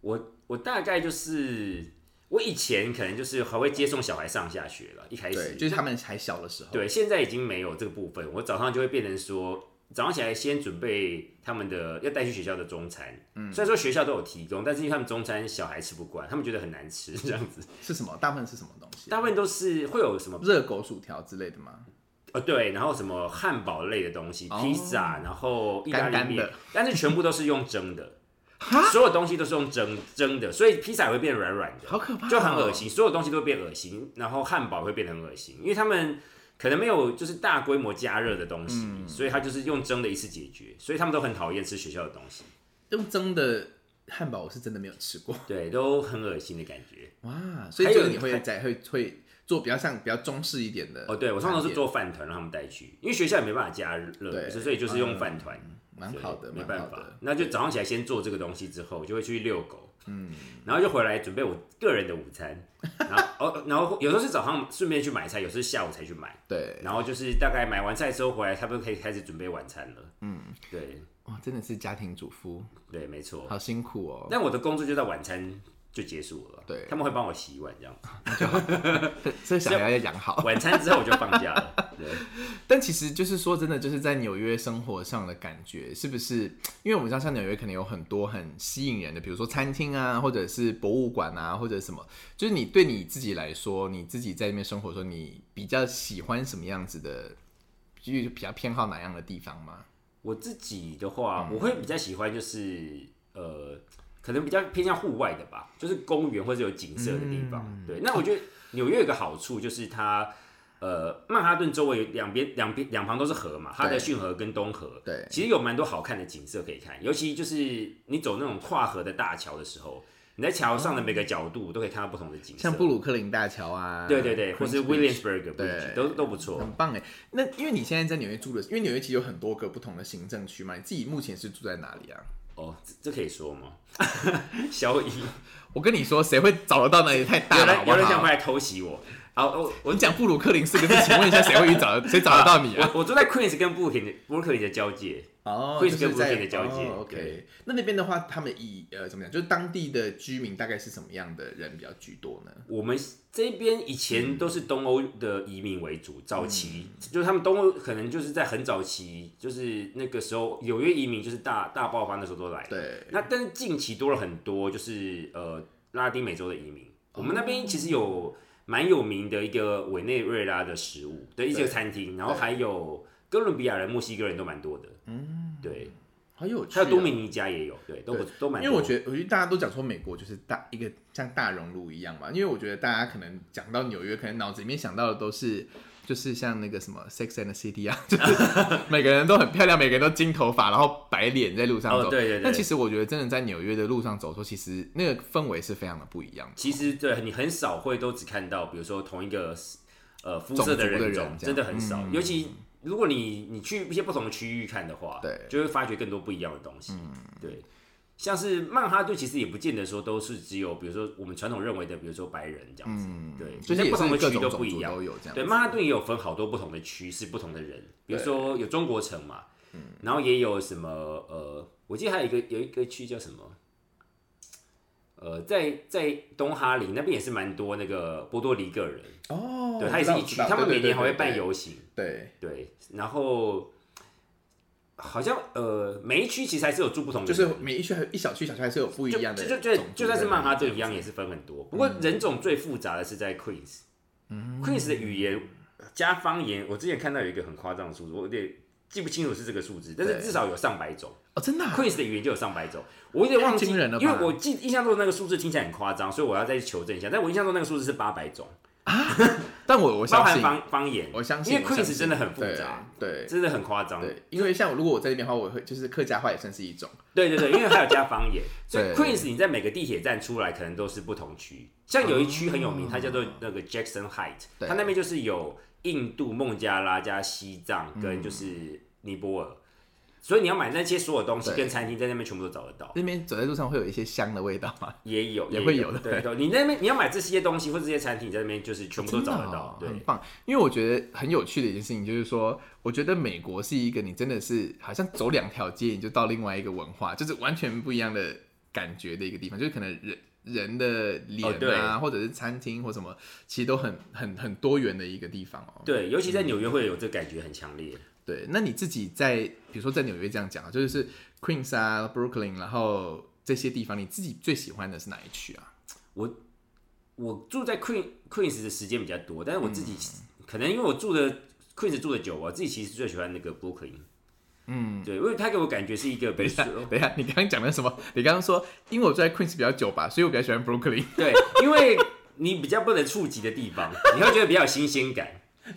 Speaker 4: 我我大概就是我以前可能就是还会接送小孩上下学了，一开始
Speaker 3: 就是他们还小的时候。，
Speaker 4: 对现在已经没有这个部分。我早上就会变成说，早上起来先准备他们的要带去学校的中餐。嗯，虽然说学校都有提供，但是因为他们中餐小孩吃不惯，他们觉得很难吃这样子。
Speaker 3: 是什么？大部分是什么东西？
Speaker 4: 大部分都是会有什么
Speaker 3: 热狗、薯条之类的吗？
Speaker 4: 呃对，然后什么汉堡类的东西，
Speaker 3: 哦
Speaker 4: 披萨，然后意大利
Speaker 3: 干干
Speaker 4: 面，
Speaker 3: 的
Speaker 4: 但是全部都是用蒸的。
Speaker 3: [laughs]
Speaker 4: 所有东西都是用蒸蒸的，所以披萨也会变软软的，
Speaker 3: 好可怕哦
Speaker 4: 就很恶心。所有东西都会变恶心，然后汉堡会变得很恶心，因为他们可能没有就是大规模加热的东西，
Speaker 3: 嗯
Speaker 4: 所以他就是用蒸的一次解决，所以他们都很讨厌吃学校的东西，
Speaker 3: 用蒸的汉堡，我是真的没有吃过。
Speaker 4: 对，都很恶心的感觉。
Speaker 3: 哇，所以
Speaker 4: 还有
Speaker 3: 就是你
Speaker 4: 你
Speaker 3: 会
Speaker 4: 看
Speaker 3: 在会会做比较像比较中式一点的
Speaker 4: 哦，对我通常是
Speaker 3: 产业，
Speaker 4: 做饭团让他们带去，因为学校也没办法加热，
Speaker 3: 对嗯
Speaker 4: 所以就是用饭团。
Speaker 3: 蛮好的，
Speaker 4: 没
Speaker 3: 蛮好
Speaker 4: 办法
Speaker 3: 的，。
Speaker 4: 那就早上起来先做这个东西，之后就会去遛狗，嗯，然后就回来准备我个人的午餐， [laughs] 然后哦，然后有时候是早上顺便去买菜，有时候是下午才去买，
Speaker 3: 对，
Speaker 4: 然后就是大概买完菜之后回来，差不多可以开始准备晚餐了，嗯，对
Speaker 3: 哇，真的是家庭主妇，
Speaker 4: 对，没错。
Speaker 3: 好辛苦哦。
Speaker 4: 但我的工作就在晚餐就结束了，
Speaker 3: 对
Speaker 4: 他们会帮我洗碗这样，
Speaker 3: 这小孩要养好。
Speaker 4: 晚餐之后我就放假了，对，
Speaker 3: 但其实就是说真的，就是在纽约生活上的感觉，是不是？因为我们知道像纽约可能有很多很吸引人的，比如说餐厅啊，或者是博物馆啊，或者什么。就是你对你自己来说，你自己在那边生活的时候，你比较喜欢什么样子的？就是比较偏好哪样的地方吗？
Speaker 4: 我自己的
Speaker 3: 嗯
Speaker 4: 话，我会比较喜欢就是呃，可能比较偏向户外的吧，就是公园或者有景色的地方。
Speaker 3: 嗯
Speaker 4: 对，那我觉得纽约有个好处就是它。呃，曼哈顿周围有两边两边两旁都是河嘛，哈德逊河跟东河，
Speaker 3: 对
Speaker 4: 其实有蛮多好看的景色可以看，尤其就是你走那种跨河的大桥的时候，你在桥上的每个角度都可以看到不同的景色，
Speaker 3: 像布鲁克林大桥啊，
Speaker 4: 对对对，或是
Speaker 3: Queens Bridge
Speaker 4: Williamsburg
Speaker 3: 对
Speaker 4: 都都不错，
Speaker 3: 很棒哎。那因为你现在在纽约住的，因为纽约其实有很多个不同的行政区嘛，你自己目前是住在哪里啊？
Speaker 4: 哦，这这可以说吗？ [laughs] 小姨，
Speaker 3: 我跟你说，谁会找得到那里太大
Speaker 4: 有
Speaker 3: 了好
Speaker 4: 人
Speaker 3: 不好
Speaker 4: 有人想回来偷袭我，好，我
Speaker 3: 我讲布鲁克林四个字，请问一下，谁会去找谁找得
Speaker 4: [laughs]
Speaker 3: 到你 [laughs] 啊？
Speaker 4: 我我住在 Queens 跟 Brooklyn 的 Brooklyn 的交界，
Speaker 3: 哦
Speaker 4: 会是跟布鲁克林的交界
Speaker 3: 哦 OK，
Speaker 4: 对
Speaker 3: 那那边的话，他们以呃怎么讲，就是当地的居民大概是什么样的人比较居多呢？
Speaker 4: 我们这边以前都是东欧的移民为主，早期、
Speaker 3: 嗯
Speaker 4: 就是他们东欧可能就是在很早期，就是那个时候纽约移民就是大大爆发那时候都来，
Speaker 3: 对，
Speaker 4: 那但是近期多了很多，就是呃拉丁美洲的移民。我们那边其实有蛮有名的一个委内瑞拉的食物的一些
Speaker 3: 对
Speaker 4: 餐厅，然后还有哥伦比亚人、墨西哥人都蛮多的。嗯，对，
Speaker 3: 好有趣、
Speaker 4: 还
Speaker 3: 哦。
Speaker 4: 有多米尼加也有，对，都不
Speaker 3: 对
Speaker 4: 都蛮
Speaker 3: 因
Speaker 4: 多。
Speaker 3: 为我觉得，我觉得大家都讲说美国就是大一个像大熔炉一样嘛。因为我觉得大家可能讲到纽约，可能脑子里面想到的都是就是像那个什么《Sex and the City》啊， [laughs] 就是
Speaker 4: [laughs]
Speaker 3: 每个人都很漂亮，每个人都金头发，然后白脸在路上
Speaker 4: 哦
Speaker 3: 走。
Speaker 4: 对对对
Speaker 3: 但其实我觉得，真的在纽约的路上走的时候，其实那个氛围是非常的不一样的。
Speaker 4: 其实对你很少会都只看到，比如说同一个呃肤色
Speaker 3: 种族的
Speaker 4: 人种，
Speaker 3: 人这样嗯
Speaker 4: 真的很少。尤其如果你你去一些不同的区域看的话，
Speaker 3: 对嗯
Speaker 4: 就会发掘更多不一样的东西。对，像是曼哈顿其实也不见得说都是只有，比如说我们传统认为的，比如说白人这样子。对，
Speaker 3: 嗯就是
Speaker 4: 在
Speaker 3: 也
Speaker 4: 不同
Speaker 3: 是
Speaker 4: 的
Speaker 3: 各
Speaker 4: 区
Speaker 3: 种
Speaker 4: 都
Speaker 3: 种
Speaker 4: 不一
Speaker 3: 族
Speaker 4: 样
Speaker 3: 都。有这样。
Speaker 4: 对，曼哈顿也有分好多不同的区，是不同的人，比如说有中国城嘛，
Speaker 3: 嗯
Speaker 4: 然后也有什么呃，我记得还有一个有一个区叫什么，呃，在在东哈林那边也是蛮多那个波多黎各人，
Speaker 3: 哦，
Speaker 4: 对，
Speaker 3: 我
Speaker 4: 他也
Speaker 3: 知
Speaker 4: 是
Speaker 3: 道
Speaker 4: 一
Speaker 3: 我
Speaker 4: 区，
Speaker 3: 知道
Speaker 4: 他们
Speaker 3: 对
Speaker 4: 每
Speaker 3: 对
Speaker 4: 年还会
Speaker 3: 对
Speaker 4: 办
Speaker 3: 对
Speaker 4: 游行，
Speaker 3: 对，
Speaker 4: 对，然后好像呃，每一区其实还是有住不同的
Speaker 3: 就
Speaker 4: 人，
Speaker 3: 是每一区还有一小区小区还是有不一
Speaker 4: 就
Speaker 3: 样的
Speaker 4: 就
Speaker 3: 种族
Speaker 4: 就
Speaker 3: 的
Speaker 4: 就
Speaker 3: 人，
Speaker 4: 就算是曼哈顿一样，也是分很多。不
Speaker 3: 嗯
Speaker 4: 过人种最复杂的是在 Queens，Queens、的语言加方言，我之前看到有一个很夸张的数字，我有点记不清楚是这个数字，但是
Speaker 3: 对
Speaker 4: 至少有上百种。
Speaker 3: 哦，真的啊
Speaker 4: Queens 的语言就有上百种，我有点忘
Speaker 3: 太
Speaker 4: 记
Speaker 3: 惊人了吧
Speaker 4: 因为我记印象中的那个数字听起来很夸张，所以我要再去求证一下。但我印象中那个数字是八百种，
Speaker 3: 但我我
Speaker 4: 包
Speaker 3: 相
Speaker 4: 含
Speaker 3: 信，
Speaker 4: 方方言，
Speaker 3: 我相信，
Speaker 4: 因为
Speaker 3: 我相信
Speaker 4: Queens 真的很复杂，，
Speaker 3: 对对
Speaker 4: 真的很夸张。
Speaker 3: 对，因为像如果我在那边的话，我会就是客家话也算是一种，
Speaker 4: 对对对，因为还有加方
Speaker 3: [laughs]
Speaker 4: 言，所以
Speaker 3: 对
Speaker 4: Queens 你在每个地铁站出来可能都是不同区，像有一区很有名，它叫做那个 Jackson Height，
Speaker 3: 哦对
Speaker 4: 它那边就是有印度、孟加拉加西藏
Speaker 3: 嗯
Speaker 4: 跟就是尼泊尔，所以你要买那些所有东西
Speaker 3: 对
Speaker 4: 跟餐厅在那边全部都找得到，
Speaker 3: 那边走在路上会有一些香的味道嘛，
Speaker 4: 也有
Speaker 3: 也会有
Speaker 4: 有
Speaker 3: 的
Speaker 4: 对对，你那边你要买这些东西或这些餐厅，你在那边就是全部都
Speaker 3: 真的
Speaker 4: 找
Speaker 3: 哦
Speaker 4: 得到，对
Speaker 3: 很棒。因为我觉得很有趣的一件事情就是说，我觉得美国是一个你真的是好像走两条街你就到另外一个文化，就是完全不一样的感觉的一个地方，就是可能人。人的脸
Speaker 4: 哦对
Speaker 3: 啊，或者是餐厅或什么，其实都很很很多元的一个地方哦。
Speaker 4: 对，尤其在纽约会有这感觉很强烈。
Speaker 3: 对，那你自己在比如说在纽约这样讲啊，就是 Queens 啊、Brooklyn，然后这些地方，你自己最喜欢的是哪一区啊？
Speaker 4: 我住在 Queen Queens 的时间比较多，但是我自己、
Speaker 3: 嗯
Speaker 4: 可能因为我住的 Queens 住的久，我自己其实最喜欢那个 Brooklyn。嗯，对，因为它给我感觉是一个，比如说，
Speaker 3: 等一下，你刚刚讲的什么？你刚刚说因为我住在 Queens 比较久吧，所以我比较喜欢 Brooklyn。 [laughs] [laughs]
Speaker 4: 对，因为你比较不能触及的地方，你会觉得比较有新鲜感。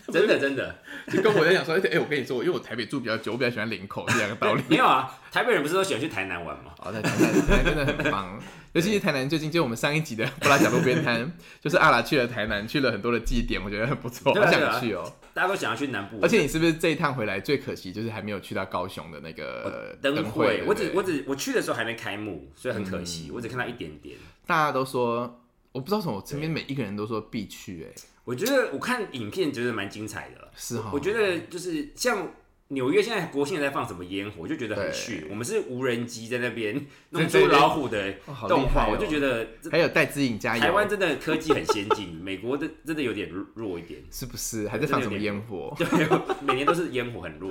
Speaker 4: 真的真的
Speaker 3: 就跟我在讲说，哎、我跟你说，因为我台北住比较久，我比较喜欢林口，是两个 [laughs] 道理。
Speaker 4: 没有啊，台北人不是都喜欢去台南玩吗？
Speaker 3: 哦，在台南，台南真的很棒，尤其是台南最近，就我们上一集的布拉角路边摊，就是阿拉去了台南，去了很多的祭点，我觉得很不错，
Speaker 4: 对啊
Speaker 3: 好
Speaker 4: 对
Speaker 3: 想
Speaker 4: 啊
Speaker 3: 去哦、
Speaker 4: 大家都想要去南部玩，
Speaker 3: 而且你是不是这一趟回来最可惜就是还没有去到高雄的那个
Speaker 4: 灯
Speaker 3: 会
Speaker 4: 会，？我只
Speaker 3: 对不对嗯
Speaker 4: 我只我去的时候还没开幕，所以很可惜，我只看到一点点。
Speaker 3: 大家都说，我不知道为什么，我身边每一个人都说必去、哎，
Speaker 4: 我觉得我看影片觉得蛮精彩的，
Speaker 3: 是哈，
Speaker 4: 我觉得就是像。纽约现在国庆在放什么烟火，我就觉得很
Speaker 3: 对
Speaker 4: 逊。我们是无人机在那边弄
Speaker 3: 对
Speaker 4: 出
Speaker 3: 对
Speaker 4: 老虎的
Speaker 3: 哇好厉
Speaker 4: 动画，
Speaker 3: 害哦
Speaker 4: 我就觉得这
Speaker 3: 还有戴资颖加油，
Speaker 4: 台湾真的科技很先
Speaker 3: [laughs]
Speaker 4: 进，美国的真的有点弱一点。
Speaker 3: 是不是还在放什么烟火？
Speaker 4: 对，每年都是烟火很弱。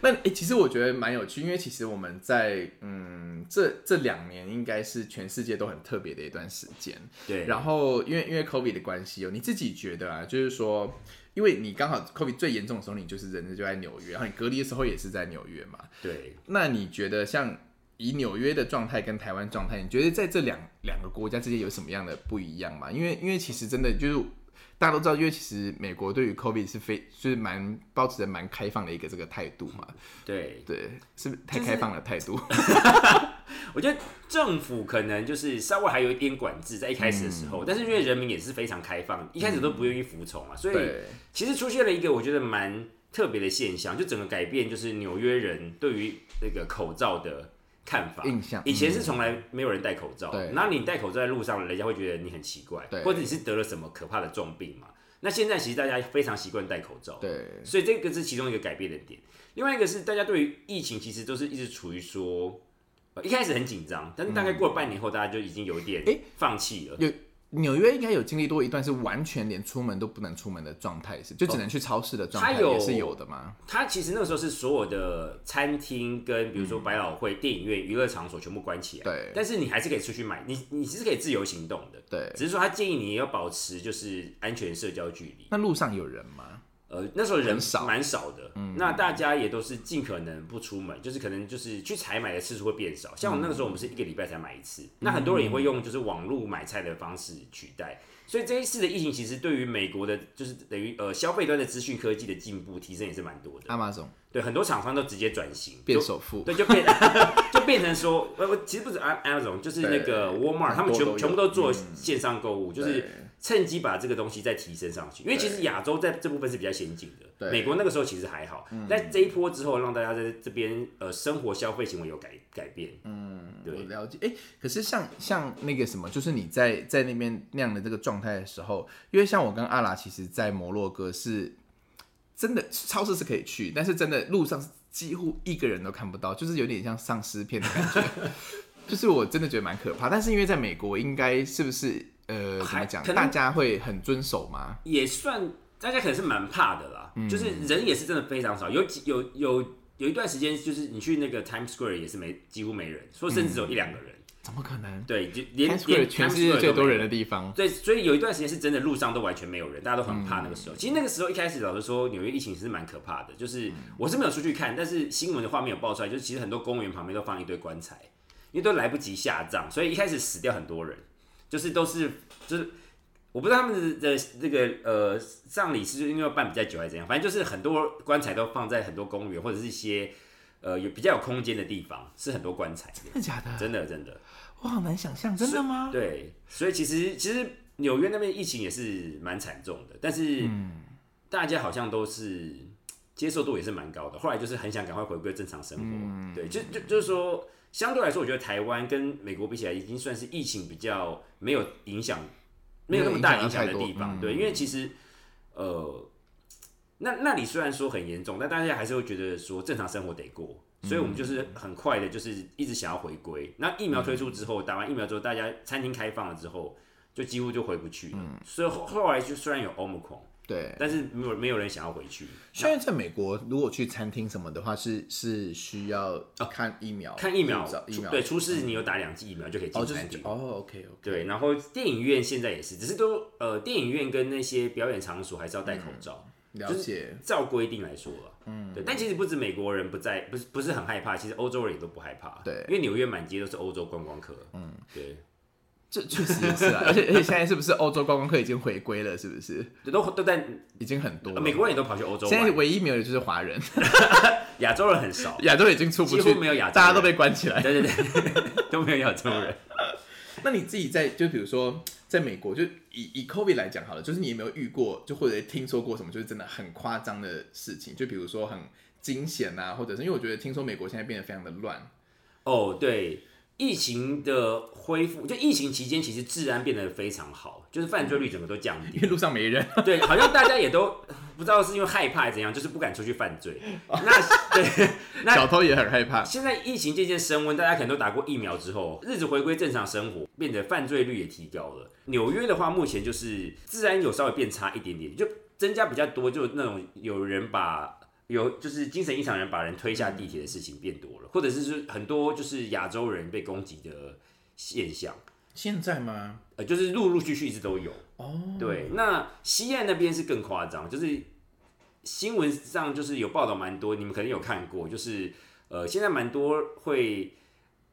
Speaker 3: 那诶、其实我觉得蛮有趣，因为其实我们在嗯这这两年应该是全世界都很特别的一段时间。
Speaker 4: 对，
Speaker 3: 然后因为因为 COVID 的关系哦，你自己觉得啊，就是说，因为你刚好 COVID 最严重的时候，你就是人就在纽约，然后你隔离的时候也是在纽约嘛。
Speaker 4: 对，
Speaker 3: 那你觉得像以纽约的状态跟台湾状态，你觉得在这两两个国家之间有什么样的不一样吗？因为因为其实真的就是大家都知道，因为其实美国对于 COVID 是非就是蛮保持着蛮开放的一个这个态度嘛，
Speaker 4: 对，
Speaker 3: 对，是不是太
Speaker 4: 就是
Speaker 3: 开放了态度？
Speaker 4: 我觉得政府可能就是稍微还有一点管制，在一开始的时
Speaker 3: 嗯
Speaker 4: 候，但是因为人民也是非常开放，一开始都不愿意服从啊，所以
Speaker 3: 对，
Speaker 4: 其实出现了一个我觉得蛮特别的现象，就整个改变就是纽约人对于那个口罩的看法。
Speaker 3: 印象嗯
Speaker 4: 以前是从来没有人戴口罩，
Speaker 3: 对
Speaker 4: 然后你戴口罩在路上，人家会觉得你很奇怪
Speaker 3: 对，
Speaker 4: 或者你是得了什么可怕的重病嘛。那现在其实大家非常习惯戴口罩，
Speaker 3: 对，
Speaker 4: 所以这个是其中一个改变的点。另外一个是大家对于疫情其实都是一直处于说，呃一开始很紧张，但是大概过了半年后，大家就已经有一点
Speaker 3: 嗯诶
Speaker 4: 放弃了。
Speaker 3: 有纽约应该有经历多一段是完全连出门都不能出门的状态，是就只能去超市的状态
Speaker 4: 它有
Speaker 3: 也是有的嘛？
Speaker 4: 它其实那个时候是所有的餐厅跟比如说百老汇、电影院、娱乐场所全部关起来，
Speaker 3: 嗯对
Speaker 4: 但是你还是可以出去买，你你是可以自由行动的。
Speaker 3: 对，
Speaker 4: 只是说他建议你要保持就是安全社交距离，
Speaker 3: 那路上有人吗？
Speaker 4: 呃，那时候人
Speaker 3: 很少嗯
Speaker 4: 蛮少的，那大家也都是尽可能不出门，就是可能就是去采买的次数会变少。像我
Speaker 3: 嗯
Speaker 4: 那个时候，我们是一个礼拜才买一次，那很多人也会用就是网络买菜的方式取代。所以这一次的疫情，其实对于美国的，就是等于呃消费端的资讯科技的进步提升也是蛮多的。
Speaker 3: 阿玛总
Speaker 4: 对，很多厂商都直接转型，
Speaker 3: 变
Speaker 4: 就
Speaker 3: 首富，
Speaker 4: [laughs] 对，就变就变成说，呃我我其实不止 a m a z 就是那个
Speaker 3: 对
Speaker 4: Walmart，他
Speaker 3: 很多
Speaker 4: 们
Speaker 3: 都有嗯
Speaker 4: 全全部都做线上购物，就是
Speaker 3: 对
Speaker 4: 趁机把这个东西再提升上去。因为其实亚洲在这部分是比较先进
Speaker 3: 对嗯
Speaker 4: 的，美国那个时候其实还好，但这一波之后，让大家在这边呃生活消费行为有改改变。嗯，
Speaker 3: 我
Speaker 4: 对，
Speaker 3: 了解，哎、可是像像那个什么，就是你在在那边那样的这个状态的时候，因为像我跟阿拉，其实，在摩洛哥是真的超市是可以去，但是真的路上是几乎一个人都看不到，就是有点像丧尸片的感 [laughs] 觉，就是我真的觉得蛮可怕。但是因为在美国，应该是不是呃怎么
Speaker 4: 还
Speaker 3: 讲，
Speaker 4: 可能
Speaker 3: 大家会很遵守吗？
Speaker 4: 也算大家可能是蛮怕的啦，
Speaker 3: 嗯
Speaker 4: 就是人也是真的非常少，有几有有有一段时间，就是你去那个 Times Square 也是没几乎没人，说甚
Speaker 3: 嗯
Speaker 4: 至只有一两个人。
Speaker 3: 怎么可能
Speaker 4: 对，就连
Speaker 3: ？Times
Speaker 4: 连
Speaker 3: Square 全世界
Speaker 4: Times Square
Speaker 3: 最
Speaker 4: 都
Speaker 3: 多
Speaker 4: 没
Speaker 3: 人的地方，
Speaker 4: 对，所以有一段时间是真的路上都完全没有人，大家都很怕那个
Speaker 3: 嗯
Speaker 4: 时候。其实那个时候一开始，老实说，纽约疫情是蛮可怕的，就是我是没有出去看，但是新闻的画面有爆出来，就是其实很多公园旁边都放一堆棺材，因为都来不及下葬，所以一开始死掉很多人，就是都是就是。我不知道他们的的那个呃葬礼是因为要办比较久还是怎样，反正就是很多棺材都放在很多公园或者是一些呃有比较有空间的地方，是很多棺材的，
Speaker 3: 真的假的？
Speaker 4: 真的真的。
Speaker 3: 我好难想象，真的吗？
Speaker 4: 对，所以其实其实纽约那边疫情也是蛮惨重的，但是大家好像都是接受度也是蛮高的。后来就是很想赶快回归正常生活，对，就就就是说，相对来说，我觉得台湾跟美国比起来，已经算是疫情比较没有影响，没有那么大影响的地方，对，因为其实呃。那那里虽然说很严重，但大家还是会觉得说正常生活得过，所以我们就是很快的，就是一直想要回归。那疫苗推出之后，打完疫苗之后，大家餐厅开放了之后，就几乎就回不去了。所以后后来就虽然有 Omicron，
Speaker 3: 对。
Speaker 4: 但是没有没有人想要回去。
Speaker 3: 现在在美国，如果去餐厅什么的话，是是需要哦看疫苗，
Speaker 4: 看疫苗
Speaker 3: 护照，疫苗嗯
Speaker 4: 对，出事你有打两剂疫苗就可以进
Speaker 3: 哦，就是
Speaker 4: 餐厅。
Speaker 3: 哦，OK OK，
Speaker 4: 对，然后电影院现在也是，只是都呃，电影院跟那些表演场所还是要戴口罩，
Speaker 3: 嗯了解。
Speaker 4: 照规定来说了。嗯，对。但其实不止美国人不在，不是不是很害怕，其实欧洲人也都不害怕。
Speaker 3: 对
Speaker 4: 因为纽约满街都是欧洲观光客。嗯，对。
Speaker 3: 这确实也是啊， [laughs] 而且而且现在是不是欧洲观光客已经回归了？是不是
Speaker 4: 都都在
Speaker 3: 已经很多了？
Speaker 4: 美国人也都跑去欧洲
Speaker 3: 现在
Speaker 4: 玩，
Speaker 3: 唯一没有的就是华人， [laughs]，
Speaker 4: 亚洲人很少
Speaker 3: 亚洲已经出不
Speaker 4: 几
Speaker 3: 去，
Speaker 4: 乎没有亚洲人
Speaker 3: 大家都被关起来。
Speaker 4: 对对对， [laughs] 都没有亚洲人。
Speaker 3: 那你自己在就比如说在美国，就以以 COVID 来讲好了，就是你有没有遇过，就或者听说过什么，就是真的很夸张的事情？就比如说很惊险啊，或者是因为我觉得听说美国现在变得非常的乱，
Speaker 4: 哦，对，疫情的恢复，就疫情期间，其实治安变得非常好，就是犯罪率整个都降低
Speaker 3: 因。为路上没人，
Speaker 4: [laughs] 对，好像大家也都不知道是因为害怕还是怎样，就是不敢出去犯罪。那对，那
Speaker 3: [laughs] 小偷也很害怕。
Speaker 4: 现在疫情渐渐升温，大家可能都打过疫苗之后，日子回归正常生活，变得犯罪率也提高了。纽约的话，目前就是治安有稍微变差一点点，就增加比较多，就那种有人把有就是精神异常人把人推下地铁的事情变多了，或者是是很多就是亚洲人被攻击的现象，
Speaker 3: 现在吗？
Speaker 4: 呃，就是陆陆续续一直都有。
Speaker 3: 哦，
Speaker 4: 对，那西岸那边是更夸张，就是新闻上就是有报道蛮多，你们可能有看过，就是呃，现在蛮多会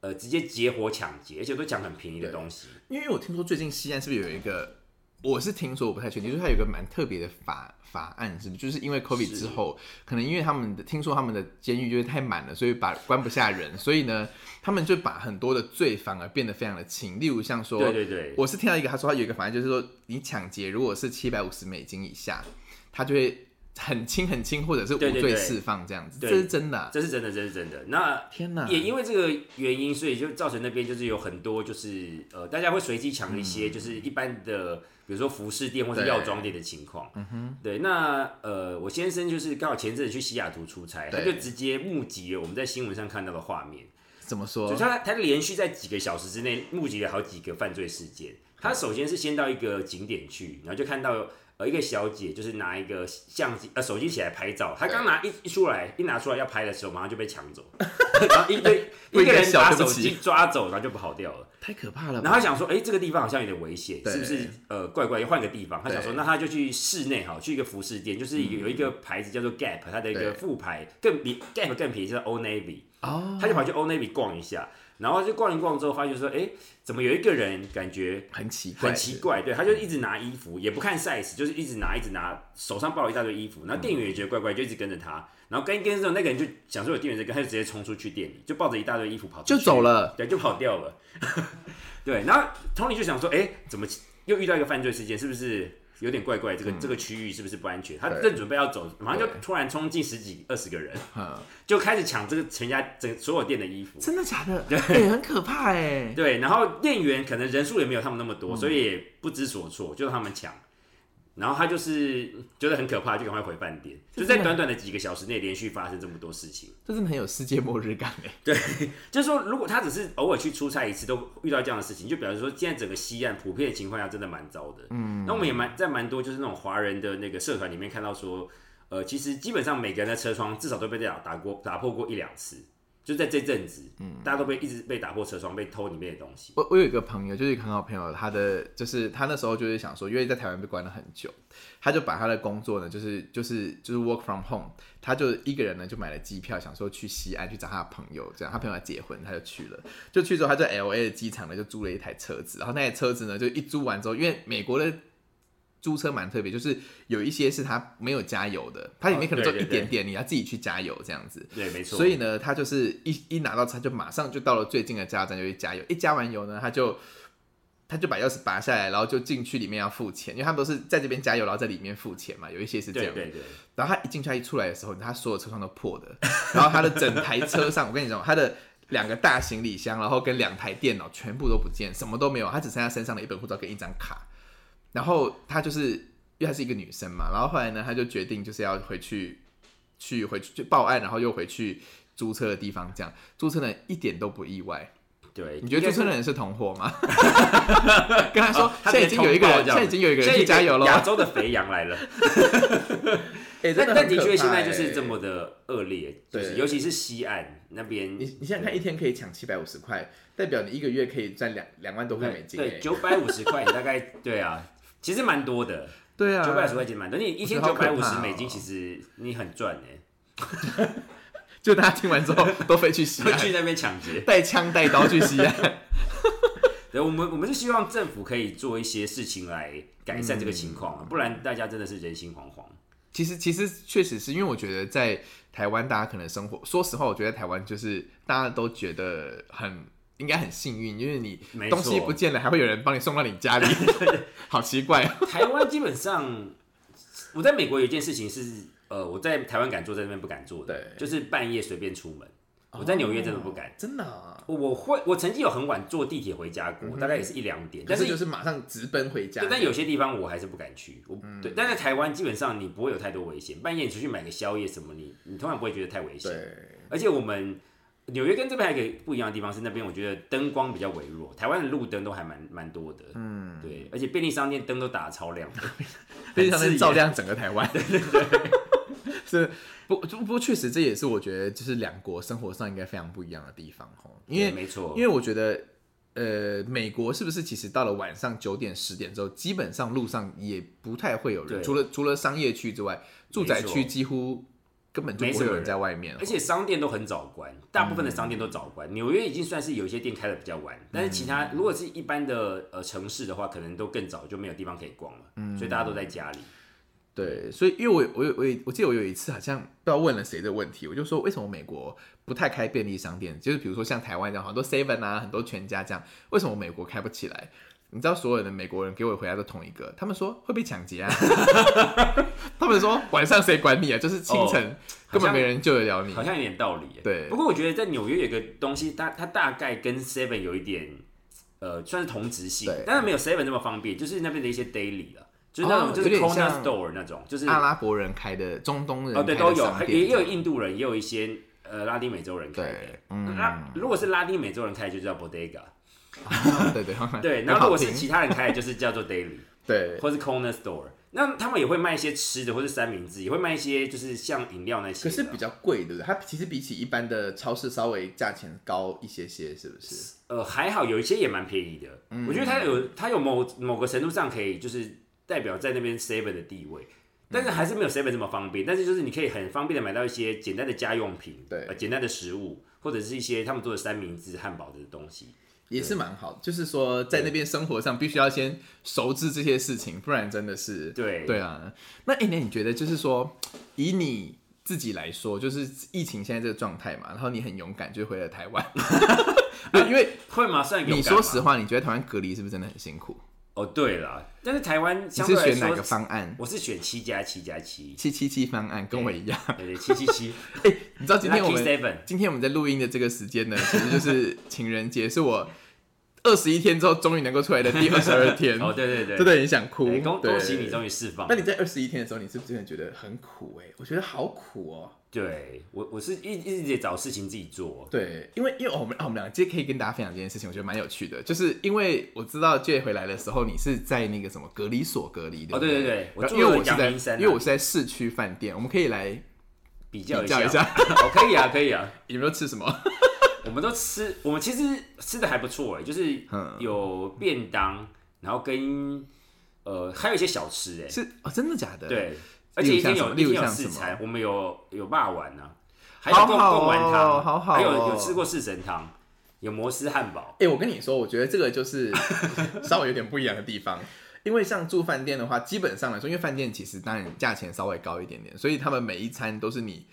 Speaker 4: 呃直接截活抢劫，而且都抢很便宜的
Speaker 3: 对
Speaker 4: 东西。
Speaker 3: 因为我听说最近西安是不是有一个？我是听说，我不太确定，就是它有一个蛮特别的法法案，是不是？就是因为 COVID 之后，可能因为他们的听说他们的监狱就是太满了，所以把关不
Speaker 4: [laughs]
Speaker 3: 下人，所以呢，他们就把很多的罪反而变得非常的轻，例如像说，
Speaker 4: 对对对，
Speaker 3: 我是听到一个，他说他有一个法案，就是说你抢劫如果是七百五十美金以下，他就会很轻很轻，或者是无
Speaker 4: 对对
Speaker 3: 罪
Speaker 4: 对
Speaker 3: 释放这样子，
Speaker 4: 对
Speaker 3: 这是真的啊、
Speaker 4: 这是真的，这是真的。那
Speaker 3: 天哪！
Speaker 4: 也因为这个原因，所以就造成那边就是有很多就是呃，大家会随机抢一
Speaker 3: 嗯
Speaker 4: 些就是一般的，比如说服饰店或是
Speaker 3: 对
Speaker 4: 药妆店的情况。嗯哼，对。那呃，我先生就是刚好前阵子去西雅图出差，他
Speaker 3: 对
Speaker 4: 就直接目击了我们在新闻上看到的画面，
Speaker 3: 怎么
Speaker 4: 就
Speaker 3: 说
Speaker 4: 是？他他连续在几个小时之内目击了好几个犯罪事件。他首先是先到一个景点去，然后就看到呃一个小姐就是拿一个相机呃手机起来拍照，她刚拿一一出来一拿出来要拍的时候，马上就被抢走， [laughs] 然后一
Speaker 3: [laughs]
Speaker 4: 堆
Speaker 3: 不
Speaker 4: 一
Speaker 3: 应
Speaker 4: 个
Speaker 3: 该
Speaker 4: 人
Speaker 3: 笑
Speaker 4: 把
Speaker 3: 对
Speaker 4: 手
Speaker 3: 不起
Speaker 4: 机抓走，然后就跑掉了。
Speaker 3: 太可怕了
Speaker 4: 然
Speaker 3: 吧！
Speaker 4: 后他想说，哎、这个地方好像有点危险，
Speaker 3: 对
Speaker 4: 是不是？呃，怪怪，换个地方。他想说，
Speaker 3: 对嗯
Speaker 4: 那他就去室内好，去一个服饰店，就是有有一个牌子叫做 Gap，它的一
Speaker 3: 对
Speaker 4: 个副牌更比 Gap 更便宜，叫 Old Navy。
Speaker 3: 哦，
Speaker 4: 他就跑去 Old Navy 逛一下，然后就逛一逛之后，发现说，哎、怎么有一个人感觉
Speaker 3: 很奇怪，嗯
Speaker 4: 很奇怪？对，他就一直拿衣服，也不看 size，就是一直拿，一直拿，手上抱了一大堆衣服。然
Speaker 3: 嗯
Speaker 4: 后店员也觉得怪怪，就一直跟着他。然后跟一跟之后，那个人就想说有店员在跟，他就直接冲出去店里，就抱着一大堆衣服跑出去
Speaker 3: 就走了，
Speaker 4: 对，就跑掉了。 [laughs] 对，然后 Tony 就想说，哎、怎么又遇到一个犯罪事件？是不是有点怪怪？这个、这个区域是不是不安全？他
Speaker 3: 嗯对
Speaker 4: 正准备要走，马上就
Speaker 3: 对
Speaker 4: 突然冲进十几二十个人，
Speaker 3: 嗯，
Speaker 4: 就开始抢这个全家整所有店的衣服。
Speaker 2: 真的假的？哎、很可怕哎、
Speaker 4: 对，然后店员可能人数也没有他们那么多，所以也不知所措，就让他们抢。然后他就是觉得很可怕，就赶快回饭店。就在短短的几个小时内，连续发生这么多事情。
Speaker 3: 这真的很有世界末日感哎。
Speaker 4: 就是说，如果他只是偶尔去出差一次，都遇到这样的事情，就表示说，现在整个西岸普遍的情况下真的蛮糟的。嗯，那我们也蛮在蛮多就是那种华人的那个社团里面看到说，呃，其实基本上每个人的车窗至少都被打打过打破过一两次，就在这阵子，嗯，大家都被一直被打破车窗，被偷里面的东西。
Speaker 3: 我我有一个朋友，就是一个很好朋友，他的就是他那时候就是想说，因为在台湾被关了很久，他就把他的工作呢，就是就是就是 work from home，他就一个人呢就买了机票，想说去西安去找他的朋友，这样他朋友要结婚，他就去了，就去之后他在 L A 的机场呢就租了一台车子，然后那台车子呢就一租完之后，因为美国的。租车蛮特别，就是有一些是他没有加油的，它里面可能
Speaker 4: 哦
Speaker 3: 就
Speaker 4: 对
Speaker 3: 一
Speaker 4: 对对
Speaker 3: 点点，你要自己去加油这样子。
Speaker 4: 对，没错。
Speaker 3: 所以呢，他就是一一拿到车就马上就到了最近的加油站就去加油，一加完油呢，他就他就把钥匙拔下来，然后就进去里面要付钱，因为他们都是在这边加油，然后在里面付钱嘛，有一些是这
Speaker 4: 对
Speaker 3: 样。
Speaker 4: 对对，
Speaker 3: 然后他一进去，他一出来的时候，他所有车窗都破的， [laughs] 然后他的整台车上，我跟你讲，他的两个大行李箱，然后跟两台电脑全部都不见，什么都没有，他只剩下身上的一本护照跟一张卡。然后他就是因为她是一个女生嘛，然后后来呢，他就决定就是要回去去回去就报案，然后又回去租车的地方，这样租车人一点都不意外。
Speaker 4: 对，
Speaker 3: 你觉得
Speaker 4: 应该
Speaker 3: 租
Speaker 4: 是
Speaker 3: 车人是同伙吗？ [laughs] 跟他说，
Speaker 4: 他
Speaker 3: 现在
Speaker 4: 直
Speaker 3: 已
Speaker 4: 接
Speaker 3: 经有一个人，
Speaker 4: 通报
Speaker 3: 现
Speaker 4: 这样
Speaker 3: 在已经有一个人去
Speaker 4: 现在
Speaker 3: 加油了。
Speaker 4: 亚洲的肥羊来了，但
Speaker 3: 哎 [laughs] 真
Speaker 4: 但
Speaker 3: 很
Speaker 4: 的
Speaker 3: 可
Speaker 4: 确
Speaker 3: 怕
Speaker 4: 现在就
Speaker 3: 哎
Speaker 4: 是这么的恶劣，就是
Speaker 3: 对
Speaker 4: 尤其是西岸那边，
Speaker 3: 你你想想看，一天可以抢七百五十块，代表你一个月可以赚两两万多块美金、欸。
Speaker 4: 对，九百五十块，你大
Speaker 3: [laughs]
Speaker 4: 概对啊，其实蛮多的，
Speaker 3: 对啊，
Speaker 4: 九百五十块钱蛮多，你一天
Speaker 3: 我
Speaker 4: 九
Speaker 3: 觉得
Speaker 4: 百
Speaker 3: 好可
Speaker 4: 五
Speaker 3: 怕
Speaker 4: 十
Speaker 3: 哦
Speaker 4: 美金，其实你很赚
Speaker 3: [laughs]
Speaker 4: 哎，
Speaker 3: 就
Speaker 2: [laughs]
Speaker 3: 大家听完之后都飞去西
Speaker 4: 就去
Speaker 3: 安，
Speaker 4: 那边抢劫。
Speaker 3: 带枪带刀去西安。
Speaker 4: 对，我们我们是希望政府可以做一些事情来改善这个情况、啊，
Speaker 3: 嗯
Speaker 4: 不然大家真的是人心惶惶。
Speaker 3: [laughs] 其实其实确实是因为我觉得在台湾大家可能生活，说实话，我觉得台湾就是大家都觉得很应该很幸运，因为你
Speaker 4: 没错
Speaker 3: 东西不见了还会有人帮你送到你家
Speaker 4: [laughs]
Speaker 3: 里，好奇怪哦。
Speaker 4: 台湾基本上，我在美国有一件事情是，呃，我在台湾敢做，在那边不敢做的，
Speaker 3: 对
Speaker 4: 就是半夜随便出门。
Speaker 2: 哦
Speaker 4: 我在纽约真的不敢，
Speaker 2: 真的、啊。
Speaker 4: 我我会，我曾经有很晚坐地铁回家过，大概也是一两点，
Speaker 2: 嗯可
Speaker 4: 但
Speaker 2: 是
Speaker 4: 是
Speaker 2: 就是马上直奔回家
Speaker 4: 对，，但有些地方我还是不敢去。我、
Speaker 2: 嗯
Speaker 4: 对，但在台湾基本上你不会有太多危险，半夜你出去买个宵夜什么，你你通常不会觉得太危险。
Speaker 2: 对，
Speaker 4: 而且我们纽约跟这边还有一个不一样的地方是，那边我觉得灯光比较微弱，台湾的路灯都还蛮蛮多的。嗯，对，而且便利商店灯都打得超
Speaker 3: [laughs]
Speaker 4: 亮的，
Speaker 3: 非常
Speaker 4: 很刺
Speaker 3: 能
Speaker 4: 眼
Speaker 3: 照。亮整个
Speaker 4: [laughs]
Speaker 3: 台湾。 [laughs] 是不不不过确实这也是我觉得就是两国生活上应该非常不一样的地方吼，因
Speaker 4: 对
Speaker 3: 为
Speaker 4: 没错，
Speaker 3: 因为我觉得呃美国是不是其实到了晚上九点十点之后，基本上路上也不太会有人，
Speaker 4: 对
Speaker 3: 除了除了商业区之外，住宅区
Speaker 4: 没错
Speaker 3: 几乎根本就
Speaker 4: 没什
Speaker 3: 不会
Speaker 4: 么
Speaker 3: 有人在外面，
Speaker 4: 而且商店都很早关，大部分的商店都早关。纽、约已经算是有一些店开的比较晚，但是其他、
Speaker 3: 嗯
Speaker 4: 如果是一般的呃城市的话，可能都更早就没有地方可以逛了，
Speaker 3: 嗯
Speaker 4: 所以大家都在家里。
Speaker 3: 对，所以因为我我有我有我记得我有一次好像不知道问了谁的问题，我就说为什么美国不太开便利商店，就是比如说像台湾这样很多 Seven 啊，很多全家这样，为什么美国开不起来？你知道所有的美国人给我回答都同一个，他们说会被抢劫啊， [laughs] 他们说晚上谁管你啊，就是清晨、根本没人救得了你
Speaker 4: 哦好。像有点道理耶。
Speaker 3: 嗯对
Speaker 4: 不过我觉得在纽约有一个东西，它它大概跟 Seven 有一点，呃，算是同质性
Speaker 3: 对，
Speaker 4: 当然没有 Seven 那么方便，就是那边的一些 daily 了，就是那种、
Speaker 3: 哦
Speaker 4: 就是
Speaker 3: 有点
Speaker 4: corner
Speaker 3: 像
Speaker 4: store 那种，就是
Speaker 3: 阿拉伯人开的、中东人
Speaker 4: 哦对
Speaker 3: 开
Speaker 4: 都
Speaker 3: 的
Speaker 4: 有，
Speaker 3: 商
Speaker 4: 还
Speaker 3: 店，
Speaker 4: 也也有印度人，也有一些呃拉丁美洲人开的
Speaker 3: 对。嗯
Speaker 4: 拉、如果是拉丁美洲人开的，就叫 bodega，
Speaker 3: 对 [laughs] 对
Speaker 4: [laughs]
Speaker 3: 对
Speaker 4: 对，然后如果是其他人开的，就是
Speaker 3: [laughs]
Speaker 4: 叫做 daily
Speaker 3: 对
Speaker 4: 或是 corner store。那他们也会卖一些吃的，或是三明治，也会卖一些就是像饮料那些
Speaker 2: 可
Speaker 4: 的。
Speaker 2: 是比较贵，对不对？它其实比起一般的超市稍微价钱高一些些，是不是？
Speaker 4: 呃，还好有一些也蛮便宜的。
Speaker 3: 嗯
Speaker 4: 我觉得它有它有某某个程度上可以就是代表在那边 seven 的地位，但
Speaker 3: 嗯
Speaker 4: 是还是没有 seven 这么方便。但是就是你可以很方便的买到一些简单的家用品，
Speaker 2: 对
Speaker 4: 呃，简单的食物或者是一些他们做的三明治、汉堡的东西。
Speaker 3: 也是蛮好，就是说在那边生活上必须要先熟知这些事情，不然真的是
Speaker 4: 对
Speaker 3: 对啊。那哎，那你觉得就是说，以你自己来说，就是疫情现在这个状态嘛，然后你很勇敢，就回了台湾。 [laughs] 对，因为
Speaker 4: 会吗？算有
Speaker 3: 你说
Speaker 4: 感
Speaker 3: 实
Speaker 4: 吗
Speaker 3: 话，你觉得台湾隔离是不是真的很辛苦？
Speaker 4: 哦，对了，但是台湾
Speaker 3: 你
Speaker 4: 相
Speaker 3: 是
Speaker 4: 对来
Speaker 3: 选哪个
Speaker 4: 说，
Speaker 3: 方案？
Speaker 4: 我是选七加七加七，
Speaker 3: 七七七方案跟我一样。 [laughs]
Speaker 4: 对对，七七七。
Speaker 3: 你知道今天我
Speaker 4: Lucky
Speaker 3: 们
Speaker 4: seven，
Speaker 3: 今天我们在录音的这个时间呢， [laughs] 其实就是情人节，是我二十一天之后终于能够出来的第二十二天。
Speaker 4: [laughs] 哦，对对对，
Speaker 3: 真的很想哭
Speaker 4: 对。恭
Speaker 3: 对
Speaker 4: 恭喜你终于释放
Speaker 2: 那。你在二十一天的时候，你是不是真的觉得很苦、
Speaker 3: 欸
Speaker 2: 哎，我觉得好苦哦、
Speaker 4: 对我，我是一一直得找事情自己做，
Speaker 3: 对，因为因为我们啊我们两个今天可以跟大家分享这件事情，我觉得蛮有趣的。就是因为我知道 J 回来的时候，你是在那个什么隔离所隔离的
Speaker 4: 哦对对对我住
Speaker 3: 因为
Speaker 4: 了
Speaker 3: 我是
Speaker 4: 阳
Speaker 3: 在
Speaker 4: 明山啊
Speaker 3: 因为我是在市区饭店，我们可以来
Speaker 4: 比较
Speaker 3: 比
Speaker 4: 一
Speaker 3: 较一
Speaker 4: 下。
Speaker 3: 下
Speaker 4: [laughs] 哦，可以啊，可以啊，
Speaker 3: 有没有吃什么。
Speaker 4: 我们都吃，我们其实吃的还不错哎，就是
Speaker 3: 嗯
Speaker 4: 有便当，然后跟呃还有一些小吃哎，
Speaker 3: 是哦，真的假的？，
Speaker 4: 对，而
Speaker 3: 例
Speaker 4: 且一
Speaker 3: 如像
Speaker 4: 天
Speaker 3: 什么
Speaker 4: 有
Speaker 3: 例
Speaker 4: 一
Speaker 3: 如
Speaker 4: 天有
Speaker 3: 像
Speaker 4: 四
Speaker 3: 什么
Speaker 4: 餐，我们有有霸丸啊，还有
Speaker 3: 好
Speaker 4: 贡
Speaker 3: 好哦
Speaker 4: 贡丸汤，
Speaker 3: 好好
Speaker 4: 还有
Speaker 3: 哦
Speaker 4: 有吃过四神汤，有摩斯汉堡，
Speaker 2: 哎、我跟你说，我觉得这个就是
Speaker 3: [laughs]
Speaker 2: 稍微有点不一样的地方。
Speaker 3: 因为像住饭店的话，基本上来说，因为饭店其实当然价钱稍微高一点点，所以他们每一餐都是你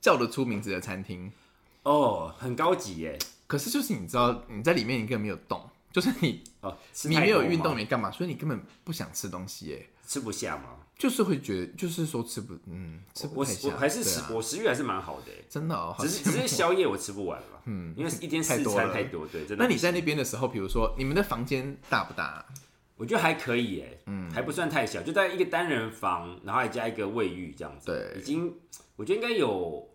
Speaker 3: 叫得出名字的餐厅。
Speaker 4: 哦，很高级哎，
Speaker 3: 可是就是你知道你在里面你根本没有动，就是你
Speaker 4: 哦，吃
Speaker 3: 你
Speaker 4: 太
Speaker 3: 没有
Speaker 4: 多
Speaker 3: 运
Speaker 4: 吗
Speaker 3: 动没干嘛，所以你根本不想吃东西耶、
Speaker 4: 吃不下吗？
Speaker 3: 就是会觉得，就是说吃不，嗯，吃不
Speaker 4: 我
Speaker 3: 太
Speaker 4: 我
Speaker 3: 下，
Speaker 4: 还是
Speaker 3: 对
Speaker 4: 食
Speaker 3: 啊
Speaker 4: 我食欲还是蛮好的哎，
Speaker 3: 真的哦。好
Speaker 4: 只是
Speaker 3: 羡
Speaker 4: 只是
Speaker 3: 慕
Speaker 4: 宵夜我吃不完了，嗯，因为一天
Speaker 3: 太
Speaker 4: 四
Speaker 3: 多
Speaker 4: 餐
Speaker 3: 了
Speaker 4: 太多，对，真的。
Speaker 3: 那你在那边的时候，比如说你们的房间大不大啊？
Speaker 4: 我觉得还可以耶，嗯，还不算太小，就在一个单人房，然后还加一个卫浴这样子，
Speaker 3: 对
Speaker 4: 已经我觉得应该有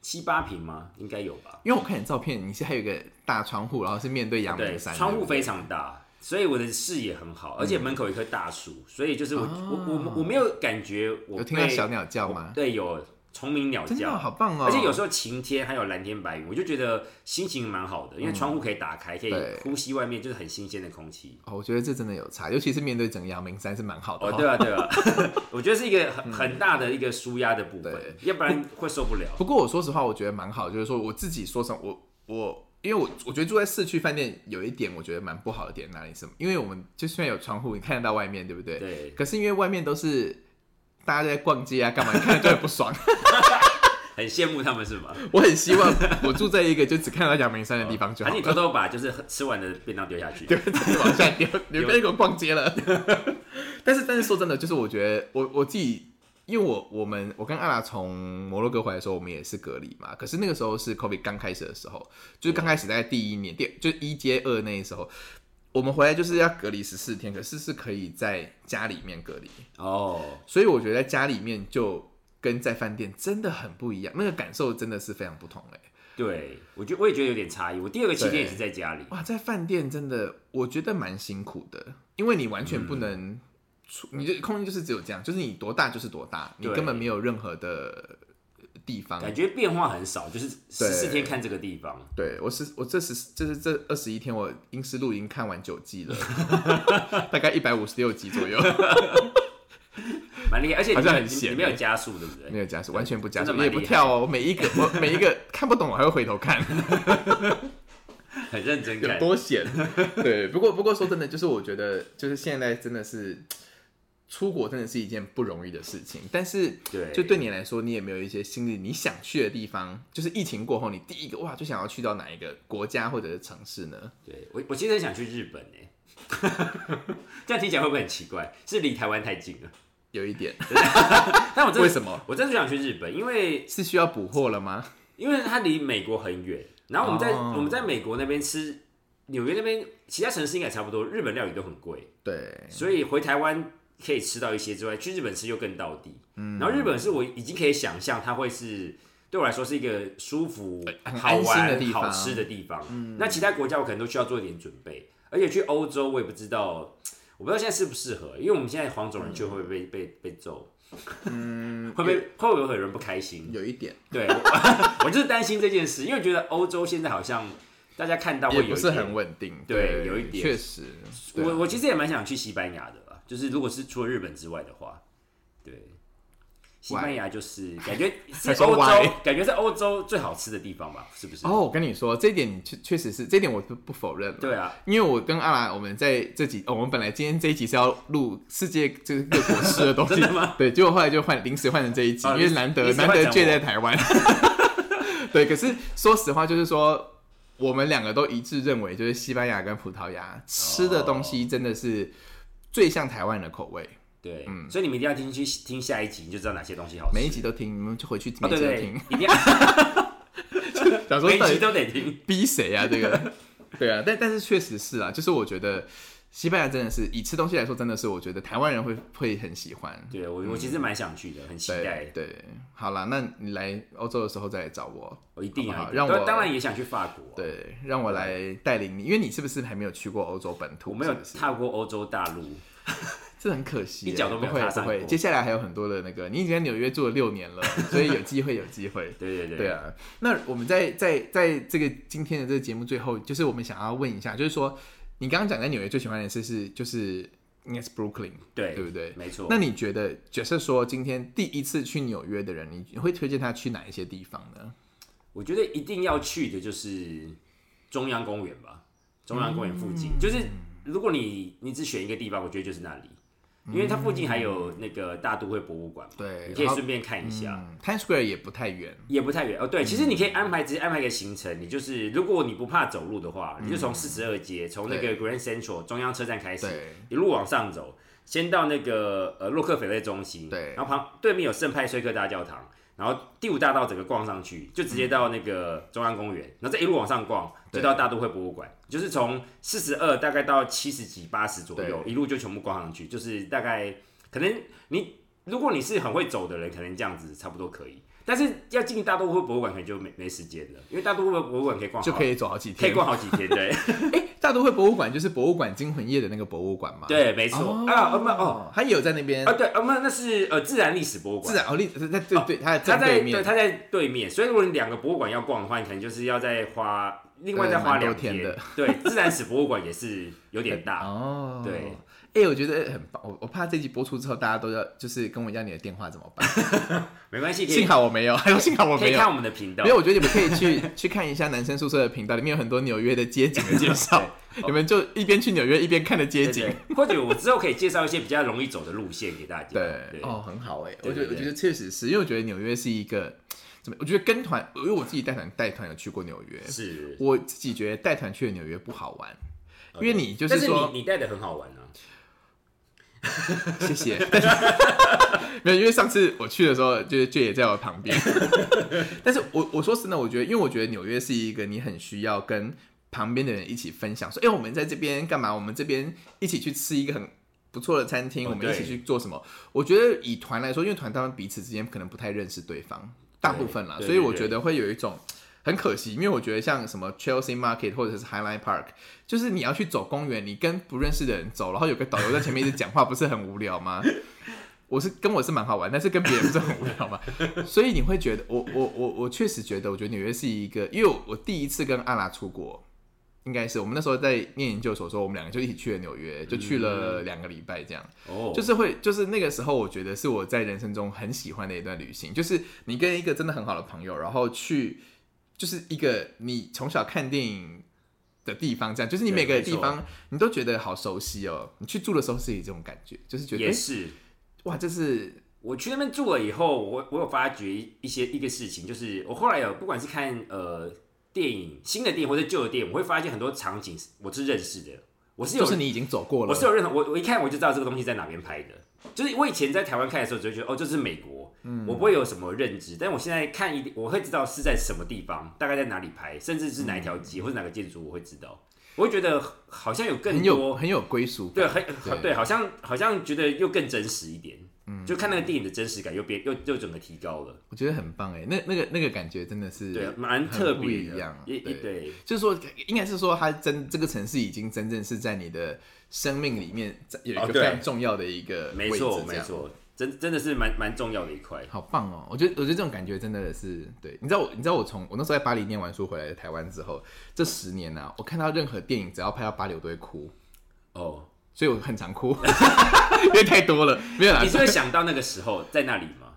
Speaker 4: 七八平吗？应该有吧？
Speaker 3: 因为我看你照片，你是还有一个大窗户，然后是面对阳
Speaker 4: 对，
Speaker 3: 明山，
Speaker 4: 窗户非
Speaker 3: 对
Speaker 4: 常大，所以我的视野很
Speaker 3: 嗯
Speaker 4: 好，而且门口有一棵大树，所以就是我、我我我没有感觉
Speaker 3: 不对
Speaker 4: 我
Speaker 3: 哦有听到
Speaker 4: 被
Speaker 3: 小鸟叫吗？
Speaker 4: 对有虫鸣鸟
Speaker 3: 真的哦
Speaker 4: 叫。
Speaker 3: 好棒哦！
Speaker 4: 而且有时候晴天还有蓝天白云，我就觉得心情蛮好的，因为窗户可以打开，可以
Speaker 3: 嗯对
Speaker 4: 呼吸外面就是很新鲜的空气。
Speaker 3: 哦，我觉得这真的有差，尤其是面对整个阳明山是蛮好的
Speaker 4: 哦，
Speaker 3: 哦。嗯
Speaker 4: 对啊，对啊， [laughs] 我觉得是一个很很大的一个舒压的部分
Speaker 3: 对，
Speaker 4: 要不然会受不了。
Speaker 3: 不过我说实话，我觉得蛮好，就是说我自己说什么，我我因为我我觉得住在市区饭店有一点我觉得蛮不好的点哪里什么？因为我们就虽然有窗户，你看得到外面，对不对？
Speaker 4: 对，
Speaker 3: 可是因为外面都是大家在逛街啊，干嘛，你看着就很不爽。 [laughs]
Speaker 4: 很羡慕他们是吗？
Speaker 3: 我很希望我住在一个就只看到阳明山的地方就
Speaker 4: 还
Speaker 3: 好
Speaker 4: 啊是你
Speaker 3: 了，
Speaker 4: 偷偷把就是吃完的便当丢下去？ [laughs]
Speaker 3: 对，自己往下丢，你们不要给我逛街了。 [laughs] 但是但是说真的，就是我觉得我我自己，因为我我们我跟阿拉从摩洛哥回来的时候，我们也是隔离嘛。可是那个时候是 COVID 刚开始的时候，就是刚开始在第一年，第就是一接二那时候，我们回来就是要隔离十四天，可是是可以在家里面隔离。
Speaker 4: 哦，
Speaker 3: 所以我觉得在家里面就跟在饭店真的很不一样，那个感受真的是非常不同哎、
Speaker 4: 对，我觉得我也觉得有点差异。我第二个七天
Speaker 3: 对
Speaker 4: 也是在家里，
Speaker 3: 哇，在饭店真的我觉得蛮辛苦的，因为你完全
Speaker 4: 嗯
Speaker 3: 不能出，你这空间就是只有这样，就是你多大就是多大，你
Speaker 4: 对
Speaker 3: 根本没有任何的地方。
Speaker 4: 感觉变化很少，就是十四
Speaker 3: 对
Speaker 4: 天看这个地方。
Speaker 3: 对我是我这十就是这二十一天，我英诗录已经看完九
Speaker 4: [laughs]
Speaker 3: 季了，大概一百五十六集左右， [laughs]
Speaker 4: 蛮厉害，而且你
Speaker 3: 好像
Speaker 4: 没有
Speaker 3: 很闲
Speaker 4: 你没有
Speaker 3: 欸
Speaker 4: 加速，对不对？
Speaker 3: 没有加速，完全不加
Speaker 4: 真的
Speaker 3: 速，
Speaker 4: 蛮
Speaker 3: 也不
Speaker 4: 厉害
Speaker 3: 跳哦。我每一个我每一个看不懂，我还会回头看。
Speaker 4: 很认真
Speaker 3: 有
Speaker 4: 看，[laughs]
Speaker 3: 多闲。对，不过不过说真的，就是我觉得就是现在真的是出国真的是一件不容易的事情，但是。
Speaker 4: 对，
Speaker 3: 就对你来说，你也没有一些心里你想去的地方，就是疫情过后，你第一个哇就想要去到哪一个国家或者是城市呢？
Speaker 4: 对我我其实很想去日本哎、 [laughs] 这样听起来会不会很奇怪？是离台湾太近了，
Speaker 3: 有一
Speaker 4: [laughs]
Speaker 3: 点， [laughs]
Speaker 4: 但我真的
Speaker 3: 为什么
Speaker 4: 我真的就想去日本，因为
Speaker 3: 是需要补货了吗？
Speaker 4: 因为它离美国很远，然后我们在、
Speaker 3: 哦
Speaker 4: 我们在美国那边吃，纽约那边其他城市应该也差不多，日本料理都很贵，
Speaker 3: 对，
Speaker 4: 所以回台湾可以吃到一些之外，去日本吃又更到底。嗯，然后日本是我已经可以想象它会是。对我来说是一个舒服、
Speaker 3: 很
Speaker 4: 好
Speaker 3: 安心的
Speaker 4: 玩、
Speaker 3: 地
Speaker 4: 好
Speaker 3: 方嗯
Speaker 4: 吃的地方。那其他国家我可能都需要做一点准备，而且去欧洲我也不知道，我不知道现在适不适合，因为我们现在黄种人去会不会被、被被揍？嗯，会不会会不会有人不开心？
Speaker 3: 有一点，
Speaker 4: 对，我 [laughs] 我就是担心这件事，因为觉得欧洲现在好像大家看到会
Speaker 3: 也
Speaker 4: 有一
Speaker 3: 不是
Speaker 4: 点
Speaker 3: 很稳定。
Speaker 4: 对有一点
Speaker 3: 确实。对啊
Speaker 4: 我我其实也蛮想去西班牙的啦，就是如果是除了日本之外的话，对，西班牙就是感觉是
Speaker 3: 还说
Speaker 4: 欧洲
Speaker 3: why？，
Speaker 4: 感觉是欧洲最好吃的地方吧，是不是？
Speaker 3: 哦，，我跟你说，这一点你确确实是，这一点我不不否认了。
Speaker 4: 对啊，
Speaker 3: 因为我跟阿兰，我们在这集，哦，我们本来今天这一集是要录世界就是各国吃的东西，
Speaker 4: [laughs] 真的吗？
Speaker 3: 对，结果后来就换临时换成这一集，
Speaker 4: 哦
Speaker 3: 因为难得
Speaker 4: 临时
Speaker 3: 难
Speaker 4: 换成
Speaker 3: 得
Speaker 4: 我
Speaker 3: 借在台湾。 [laughs] 对，可是说实话，就是说我们两个都一致认为，就是西班牙跟葡萄牙吃的东西真的是最像台湾人的口味。
Speaker 4: 对，所以你们一定要听去听下一集，你就知道哪些东西好吃。
Speaker 3: 嗯每一集都听，你们就回去
Speaker 4: 哦，
Speaker 3: 每一
Speaker 4: 对
Speaker 3: 集都
Speaker 4: 对
Speaker 3: 听，，
Speaker 4: 一定
Speaker 3: [laughs]
Speaker 4: 要
Speaker 3: 想说
Speaker 4: 每一
Speaker 3: 到底
Speaker 4: 集都得听。
Speaker 3: 逼谁啊？这个， [laughs] 对啊，但但是确实是啊，就是我觉得西班牙真的是以吃东西来说，真的是我觉得台湾人会会很喜欢。
Speaker 4: 对我我其实蛮想去的，很期
Speaker 3: 嗯对
Speaker 4: 待，
Speaker 3: 对，好啦，那你来欧洲的时候再来找我，
Speaker 4: 我一定
Speaker 3: 好不
Speaker 4: 要
Speaker 3: 好
Speaker 4: 一定。
Speaker 3: 让
Speaker 4: 对
Speaker 3: 我
Speaker 4: 当然也想去法国，，啊
Speaker 3: 对，让我来带领你，因为你是不是还没有去过欧洲本土？
Speaker 4: 我没有
Speaker 3: 是不是
Speaker 4: 踏过欧洲大陆，
Speaker 3: 这很可惜耶，
Speaker 4: 一脚都没有
Speaker 3: 不会
Speaker 4: 踏上
Speaker 3: 不会。
Speaker 4: 过
Speaker 3: 接下来还有很多的那个，你已经在纽约住了六年
Speaker 4: [laughs]
Speaker 3: 了，所以有机会，有机会。
Speaker 4: 对对对，
Speaker 3: 对啊，那我们在在在这个今天的这个节目最后，就是我们想要问一下，就是说你刚刚讲在纽约最喜欢的是是就是应该是 Brooklyn，
Speaker 4: 对
Speaker 3: 对不对？
Speaker 4: 没错。
Speaker 3: 那你觉得，假设说今天第一次去纽约的人，你你会推荐他去哪一些地方呢？
Speaker 4: 我觉得一定要去的就是中央公园吧，中央公园附
Speaker 3: 嗯
Speaker 4: 近，就是如果你你只选一个地方，我觉得就是那里，因为它附近还有那个大都会博物馆嘛，
Speaker 3: 对
Speaker 4: 你可以
Speaker 3: 然后
Speaker 4: 顺便看一下。
Speaker 3: 嗯，Times Square 也不太远，
Speaker 4: 也不太远哦，对，其实你可以安排直接安排一个行程，你就是如果你不怕走路的话，你就
Speaker 3: 嗯
Speaker 4: 从四十二街，从那个 Grand Central 中央车站开始，
Speaker 3: 对
Speaker 4: 一路往上走，先到那个呃洛克菲勒中心，
Speaker 3: 对
Speaker 4: 然后旁对面有圣派崔克大教堂，然后第五大道整个逛上去，就直接到那个中央公园，然后再一路往上逛，就
Speaker 3: 嗯对
Speaker 4: 到大都会博物馆，就是从四十二大概到七十几、八十左右，
Speaker 3: 对
Speaker 4: 一路就全部逛上去，就是大概可能你如果你是很会走的人，可能这样子差不多可以。但是要进大都会博物馆，可能就没没时间了，因为大都会博物馆可以逛好，
Speaker 3: 就可以走好几
Speaker 4: 可以
Speaker 3: 天。哎
Speaker 4: 逛好几天，
Speaker 3: [laughs]
Speaker 4: 对
Speaker 3: 大都会博物馆就是博物馆惊魂夜的那个博物馆嘛。
Speaker 4: 对，没错、
Speaker 3: 哦，
Speaker 4: 啊，我们哦，
Speaker 3: 哦，他也有在那边
Speaker 4: 啊，对，啊，那那是呃自然历史博物
Speaker 3: 自
Speaker 4: 馆，
Speaker 3: 然哦，历对对对对，他
Speaker 4: 它
Speaker 3: 在
Speaker 4: 在
Speaker 3: 对
Speaker 4: 对
Speaker 3: 面，
Speaker 4: 它在对面，所以如果你两个博物馆要逛的话，你可能就是要再花另外
Speaker 3: 对
Speaker 4: 再花
Speaker 3: 蛮多
Speaker 4: 两
Speaker 3: 天的。
Speaker 4: 对，自然史博物馆也是有点大，
Speaker 3: 哦，
Speaker 4: 对，
Speaker 3: 哎、我觉得很棒，我我怕这集播出之后，大家都要就是跟我要你的电话怎
Speaker 4: [laughs]
Speaker 3: 么办？
Speaker 4: 没关系，可以
Speaker 3: 幸好我没有， [laughs] 还有幸好我
Speaker 4: 可
Speaker 3: 没
Speaker 4: 以
Speaker 3: 有
Speaker 4: 看。我们的频道
Speaker 3: 没。有，我觉得你们可以去 [laughs] 去看一下男生宿舍的频道，里面有很多纽约的街景的介绍，
Speaker 4: 哦
Speaker 3: 你们就一边去纽约一边看的街
Speaker 4: 对
Speaker 3: 景。
Speaker 4: 对或者我之后可以介绍一些比较容易走的路线给大家。啊对，
Speaker 3: 哦，很好哎，我
Speaker 4: 对
Speaker 3: 觉得我
Speaker 4: 对
Speaker 3: 觉得确实是因为我觉得纽约是一个怎么？我觉得跟团，因为我自己带团带团有去过纽约，
Speaker 4: 是，
Speaker 3: 我自己觉得带团去的纽约不好玩，因为你就
Speaker 4: 哦但是
Speaker 3: 说
Speaker 4: 你你带的很好玩啊，
Speaker 3: 谢谢。 [laughs] 没有，因为上次我去的时候，就是就也在我旁
Speaker 4: [laughs]
Speaker 3: 边。但是我我说真的，我觉得，因为我觉得纽约是一个你很需要跟旁边的人一起分享，说，哎、我们在这边干嘛？我们这边一起去吃一个很不错的餐厅，
Speaker 4: 哦
Speaker 3: 我们一起
Speaker 4: 对
Speaker 3: 去做什么？我觉得以团来说，因为团他们彼此之间可能不太认识对方，大部分啦，
Speaker 4: 对对
Speaker 3: 所以我
Speaker 4: 对
Speaker 3: 觉得会有一种。很可惜，因为我觉得像什么 Chelsea Market 或者是 Highline Park，就是你要去走公园，你跟不认识的人走，然后有个导游在前面一直讲话，不是很无聊吗？ [laughs] 我是跟我是蛮好玩，但是跟别人不是很无聊嘛， [laughs] 所以你会觉得我我我我确实觉得，我觉得纽约是一个，因为我我第一次跟阿拉出国，应该是我们那时候在念研究所的时候，我们两个就一起去了纽约，就去了
Speaker 4: 嗯
Speaker 3: 两个礼拜这样，
Speaker 4: 哦，
Speaker 3: 就是会就是那个时候，我觉得是我在人生中很喜欢的一段旅行，就是你跟一个真的很好的朋友，然后去就是一个你从小看电影。的地方，这样就是你
Speaker 4: 对
Speaker 3: 每个
Speaker 4: 没错
Speaker 3: 地方你都觉得好熟悉哦。你去住的时候是有这种感觉，就是觉得、
Speaker 4: 也
Speaker 3: 诶
Speaker 4: 是。
Speaker 3: 哇，这是
Speaker 4: 我去那边住了以后，我我有发觉一些一个事情，就是我后来有不管是看呃电影新的电影或者旧的电影，我会发现很多场景是我是认识的，我是有
Speaker 3: 就是你已经走过了，
Speaker 4: 我是有认同，我我一看我就知道这个东西在哪边拍的。就是我以前在台湾看的时候，只会觉得哦，这是美国，
Speaker 3: 嗯
Speaker 4: 我不会有什么认知。但我现在看一点，我会知道是在什么地方，大概在哪里拍，甚至是哪一条街、或者哪个建筑，我会知道。我会觉得好像有更
Speaker 3: 嗯很有
Speaker 4: 多，
Speaker 3: 很有归属感。
Speaker 4: 对，很很对，好像好像觉得又更真实一点。
Speaker 3: 嗯
Speaker 4: 就看那个电影的真实感又变又又整个提高了，
Speaker 3: 我觉得很棒哎，那那个那个感觉真的是
Speaker 4: 对，啊蛮特
Speaker 3: 很不
Speaker 4: 别
Speaker 3: 一
Speaker 4: 的
Speaker 3: 样，啊
Speaker 4: 也也
Speaker 3: 对。
Speaker 4: 对，
Speaker 3: 就是说，应该是说，它真这个城市已经真正是在你的生命里面在有一
Speaker 4: 哦
Speaker 3: 个
Speaker 4: 对
Speaker 3: 非常重要的一个
Speaker 4: 没
Speaker 3: 位置
Speaker 4: 错
Speaker 3: 这
Speaker 4: 没
Speaker 3: 样，
Speaker 4: 错，真真的是蛮蛮重要的一块。
Speaker 3: 好棒哦！我觉得我觉得这种感觉真的是对，你知道我你知道我从我那时候在巴黎念完书回来台湾之后，这十年呢、啊，我看到任何电影只要拍到巴黎我都会哭，
Speaker 4: 哦，
Speaker 3: 所以我很常哭， [laughs] 因为太多了，没有啦
Speaker 4: 你，是会想到那个时候在那里吗？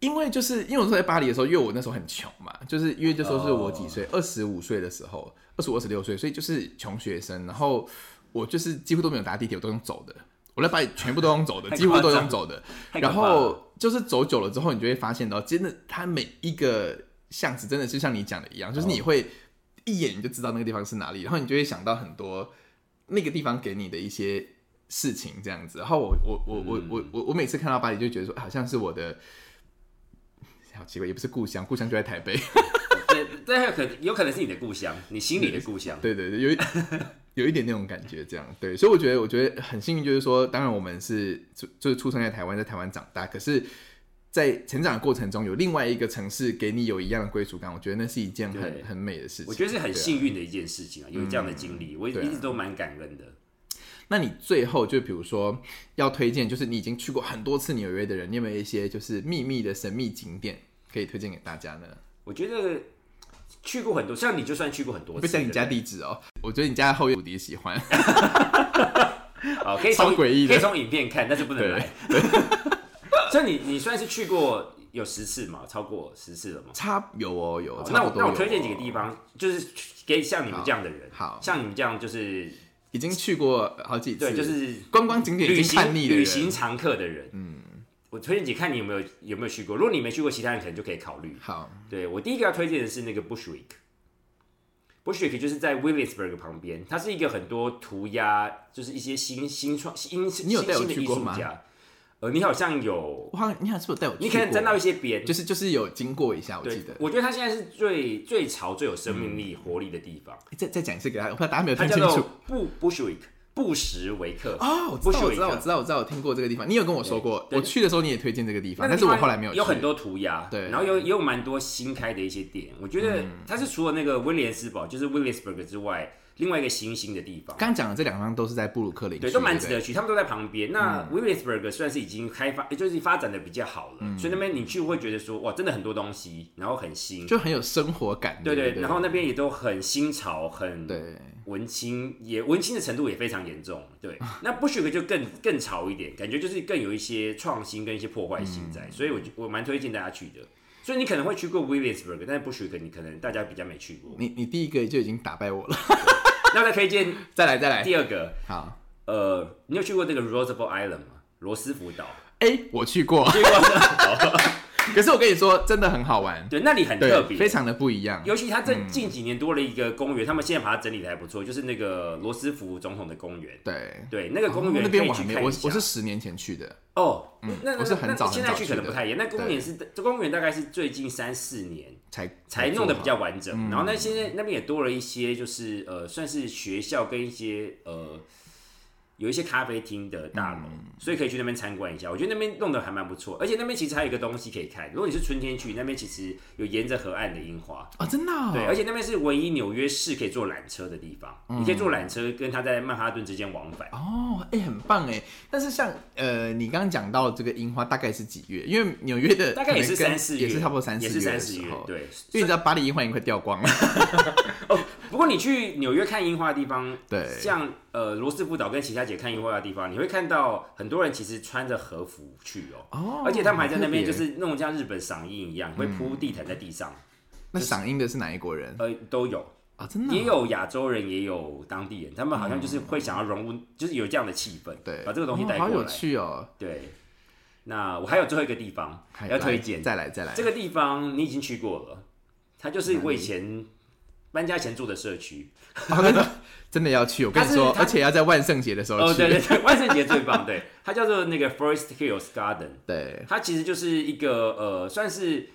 Speaker 3: 因为就是因为我在巴黎的时候，因为我那时候很穷嘛，就是因为就说是我几岁，
Speaker 4: 哦
Speaker 3: 二十五岁的时候，二十五、二十六岁，所以就是穷学生。然后我就是几乎都没有搭地铁，我都用走的。我在巴黎全部都用走的，
Speaker 4: [laughs] 太夸张
Speaker 3: 几乎都用走的。
Speaker 4: 太可
Speaker 3: 然
Speaker 4: 怕了
Speaker 3: 后就是走久了之后，你就会发现到，真的，它每一个巷子真的是像你讲的一样，就是你
Speaker 4: 哦
Speaker 3: 会一眼你就知道那个地方是哪里，然后你就会想到很多那个地方给你的一些事情这样子。然后我我我我
Speaker 4: 嗯
Speaker 3: 我我我每次看到巴黎就觉得说，好像是我的。好奇怪，也不是故乡，故乡就在台北。
Speaker 4: 对，这还有可能有可能是你的故乡，你心里的故乡。
Speaker 3: 对对对，有一 [laughs] 有一点那种感觉，这样对，所以我觉得我觉得很幸运，就是说，当然我们是就就是出生在台湾，在台湾长大，可是，在成长的过程中，有另外一个城市给你有一样的归属感，我觉得那是一件很
Speaker 4: 对
Speaker 3: 很美的事情。
Speaker 4: 我觉得是很
Speaker 3: 对啊
Speaker 4: 幸运的一件事情啊，有这样的经历，我一
Speaker 3: 对啊
Speaker 4: 直都蛮感恩的。
Speaker 3: 那你最后就比如说要推荐，就是你已经去过很多次纽约的人，你有没有一些就是秘密的神秘景点可以推荐给大家呢？
Speaker 4: 我觉得去过很多，像你就算去过很多次，
Speaker 3: 不讲你家
Speaker 4: 对
Speaker 3: 地址哦，我觉得你家的后院我也喜欢。 [laughs]
Speaker 4: 不对，好，可以
Speaker 3: 超
Speaker 4: 从
Speaker 3: 诡异的
Speaker 4: 可以从影片看，但是不能
Speaker 3: 对
Speaker 4: 来。 [laughs] 所以你你算是去过有十次嘛，超过十次了嘛？
Speaker 3: 差有哦有，
Speaker 4: 好
Speaker 3: 差
Speaker 4: 那
Speaker 3: 不
Speaker 4: 我
Speaker 3: 多
Speaker 4: 那
Speaker 3: 有
Speaker 4: 我
Speaker 3: 哦
Speaker 4: 推荐几个地方，就是给像你们这样的人，
Speaker 3: 好好
Speaker 4: 像你们这样就是
Speaker 3: 已经去过好几次，
Speaker 4: 对，就是
Speaker 3: 观光景点已
Speaker 4: 旅
Speaker 3: 经
Speaker 4: 行
Speaker 3: 叛逆的
Speaker 4: 旅
Speaker 3: 人，
Speaker 4: 行常客的人，嗯，我推荐你看你有没有有没有去过，如果你没去过，其他人可能就可以考虑。
Speaker 3: 好，
Speaker 4: 对我第一个要推荐的是那个 Bushwick。Bushwick 就是在 Williamsburg 旁边，它是一个很多涂鸦，就是一些新新创新新
Speaker 3: 你有带我
Speaker 4: 新的
Speaker 3: 去
Speaker 4: 艺
Speaker 3: 过
Speaker 4: 术
Speaker 3: 吗
Speaker 4: 家。呃，你好像有，
Speaker 3: 我好像你好像是不是有带我去过？
Speaker 4: 你可能沾到一些边，
Speaker 3: 就是就是有经过一下，我
Speaker 4: 对
Speaker 3: 记得。
Speaker 4: 我觉得它现在是最最潮、最有生命力、活力的地方。
Speaker 3: 诶再再讲一次给大家，我怕大家没有
Speaker 4: 它
Speaker 3: 听
Speaker 4: 叫
Speaker 3: 清楚
Speaker 4: 做。布 Bushwick 布什维克。
Speaker 3: 哦，我知道，我知道，我知道，我知道，我听过这个地方。你有跟我说过，
Speaker 4: 对
Speaker 3: 我去的时候你也推荐这个地方，
Speaker 4: 那
Speaker 3: 但
Speaker 4: 个
Speaker 3: 是
Speaker 4: 地
Speaker 3: 我
Speaker 4: 方
Speaker 3: 后来没
Speaker 4: 有
Speaker 3: 去。
Speaker 4: 很多涂鸦，
Speaker 3: 对嗯
Speaker 4: 然后有也有蛮多新开的一些店，我觉得它是除了那个威廉斯堡，就是 Williamsburg 之外，另外一个新兴的地方，
Speaker 3: 刚讲的这两方都是在布鲁克林区，
Speaker 4: 对，都蛮值
Speaker 3: 对嗯
Speaker 4: 得去，他们都在旁边。那 Williamsburg 算是已经开发，就是发展的比较好了，
Speaker 3: 嗯
Speaker 4: 所以那边你去会觉得说，哇，真的很多东西，然后很新
Speaker 3: 不对，，就很有生活感。
Speaker 4: 对
Speaker 3: 对
Speaker 4: 对，然后那边也都很新潮，很
Speaker 3: 对
Speaker 4: 文青也文青的程度也非常严重，对。
Speaker 3: 啊
Speaker 4: 那 Bushwick 就更更潮一点，感觉就是更有一些创新跟一些破坏性
Speaker 3: 嗯
Speaker 4: 在，所以我就我蛮推荐大家去的。所以你可能会去过 Williamsburg，但是 Bushwick 你可能大家比较没去
Speaker 3: [laughs]
Speaker 4: 过。
Speaker 3: 你你第一个就已经打败
Speaker 4: [laughs]
Speaker 3: 我了，
Speaker 4: 那我再推荐
Speaker 3: 再来再来，
Speaker 4: 第二个，
Speaker 3: 好，
Speaker 4: 呃，你有去过那个 Roosevelt Island 吗？罗斯福岛， [laughs]
Speaker 3: 哎、我去过，
Speaker 4: 去过的。
Speaker 3: 可是我跟你说，真的很好玩，
Speaker 4: 对，那里很特
Speaker 3: 对，
Speaker 4: 别，
Speaker 3: 非常的嗯不一样。
Speaker 4: 尤其它这近几年多了一个公园，他们现在把它整理的还不错，就是那个罗斯福总统的公园。
Speaker 3: 对，
Speaker 4: 对，那个公
Speaker 3: 哦
Speaker 4: 园
Speaker 3: 那
Speaker 4: 可
Speaker 3: 边
Speaker 4: 以
Speaker 3: 我
Speaker 4: 去
Speaker 3: 还
Speaker 4: 看
Speaker 3: 没
Speaker 4: 一下。
Speaker 3: 有，我我是十年前去的，
Speaker 4: 哦，那那
Speaker 3: 我是很
Speaker 4: 那
Speaker 3: 早很
Speaker 4: 现在去可
Speaker 3: 早
Speaker 4: 能
Speaker 3: 去
Speaker 4: 不
Speaker 3: 的
Speaker 4: 太一样。那公
Speaker 3: 对
Speaker 4: 园是这公园大概是最近三四年
Speaker 3: 才
Speaker 4: 才弄得比较完
Speaker 3: 嗯
Speaker 4: 整，然后那现在那边也多了一些，就是呃，算是学校跟一些呃。有一些咖啡厅的大楼，
Speaker 3: 嗯
Speaker 4: 所以可以去那边参观一下。我觉得那边弄得还蛮不错，而且那边其实还有一个东西可以看。如果你是春天去，那边其实有沿着河岸的樱花，
Speaker 3: 啊、真的哦、嗯
Speaker 4: 对，而且那边是唯一纽约市可以坐缆车的地方，你可以坐缆车跟他在曼哈顿之间往返。
Speaker 3: 哦，哎、很棒哎！但是像呃，你刚刚讲到这个樱花大概是几月？因为纽约的
Speaker 4: 大概也是
Speaker 3: 可能
Speaker 4: 三
Speaker 3: 跟
Speaker 4: 四月，
Speaker 3: 也是差不多三
Speaker 4: 也是
Speaker 3: 四月的
Speaker 4: 三四
Speaker 3: 时
Speaker 4: 月
Speaker 3: 候。，
Speaker 4: 对。
Speaker 3: 因为你知道巴黎樱花已经快掉
Speaker 4: [laughs]
Speaker 3: 光了。
Speaker 4: 不过你去纽约看樱花的地方，
Speaker 3: 对
Speaker 4: 像呃罗斯福岛跟其他姐看樱花的地方，你会看到很多人其实穿着和服去哦，
Speaker 3: 哦
Speaker 4: 而且他们还在那边
Speaker 3: 好特别嗯
Speaker 4: 就是弄得像日本赏樱一样，会铺地毯在地上，
Speaker 3: 那赏樱的是哪一国人
Speaker 4: 呃，都有，
Speaker 3: 啊、真的哦、
Speaker 4: 也有亚洲人，也有当地人，他们好像就是会想要融入，就是有这样的气氛，
Speaker 3: 嗯对，
Speaker 4: 把这个东西
Speaker 3: 哦
Speaker 4: 带
Speaker 3: 好
Speaker 4: 过
Speaker 3: 有
Speaker 4: 来。
Speaker 3: 趣哦！
Speaker 4: 对，那我还有最后一个地方
Speaker 3: 还
Speaker 4: 要推
Speaker 3: 来
Speaker 4: 荐，
Speaker 3: 再来再来。
Speaker 4: 这个地方你已经去过了，它就是我以前搬家前住的社区。
Speaker 3: 哦真的 [laughs] 真的要去，我跟
Speaker 4: 它
Speaker 3: 你
Speaker 4: 是
Speaker 3: 说，
Speaker 4: 它
Speaker 3: 而且要在万圣节的时候去。
Speaker 4: 哦，对对对，万圣节最棒，对，它叫做那个 Forest Hills Garden，
Speaker 3: 对
Speaker 4: 它其实就是一个呃，算是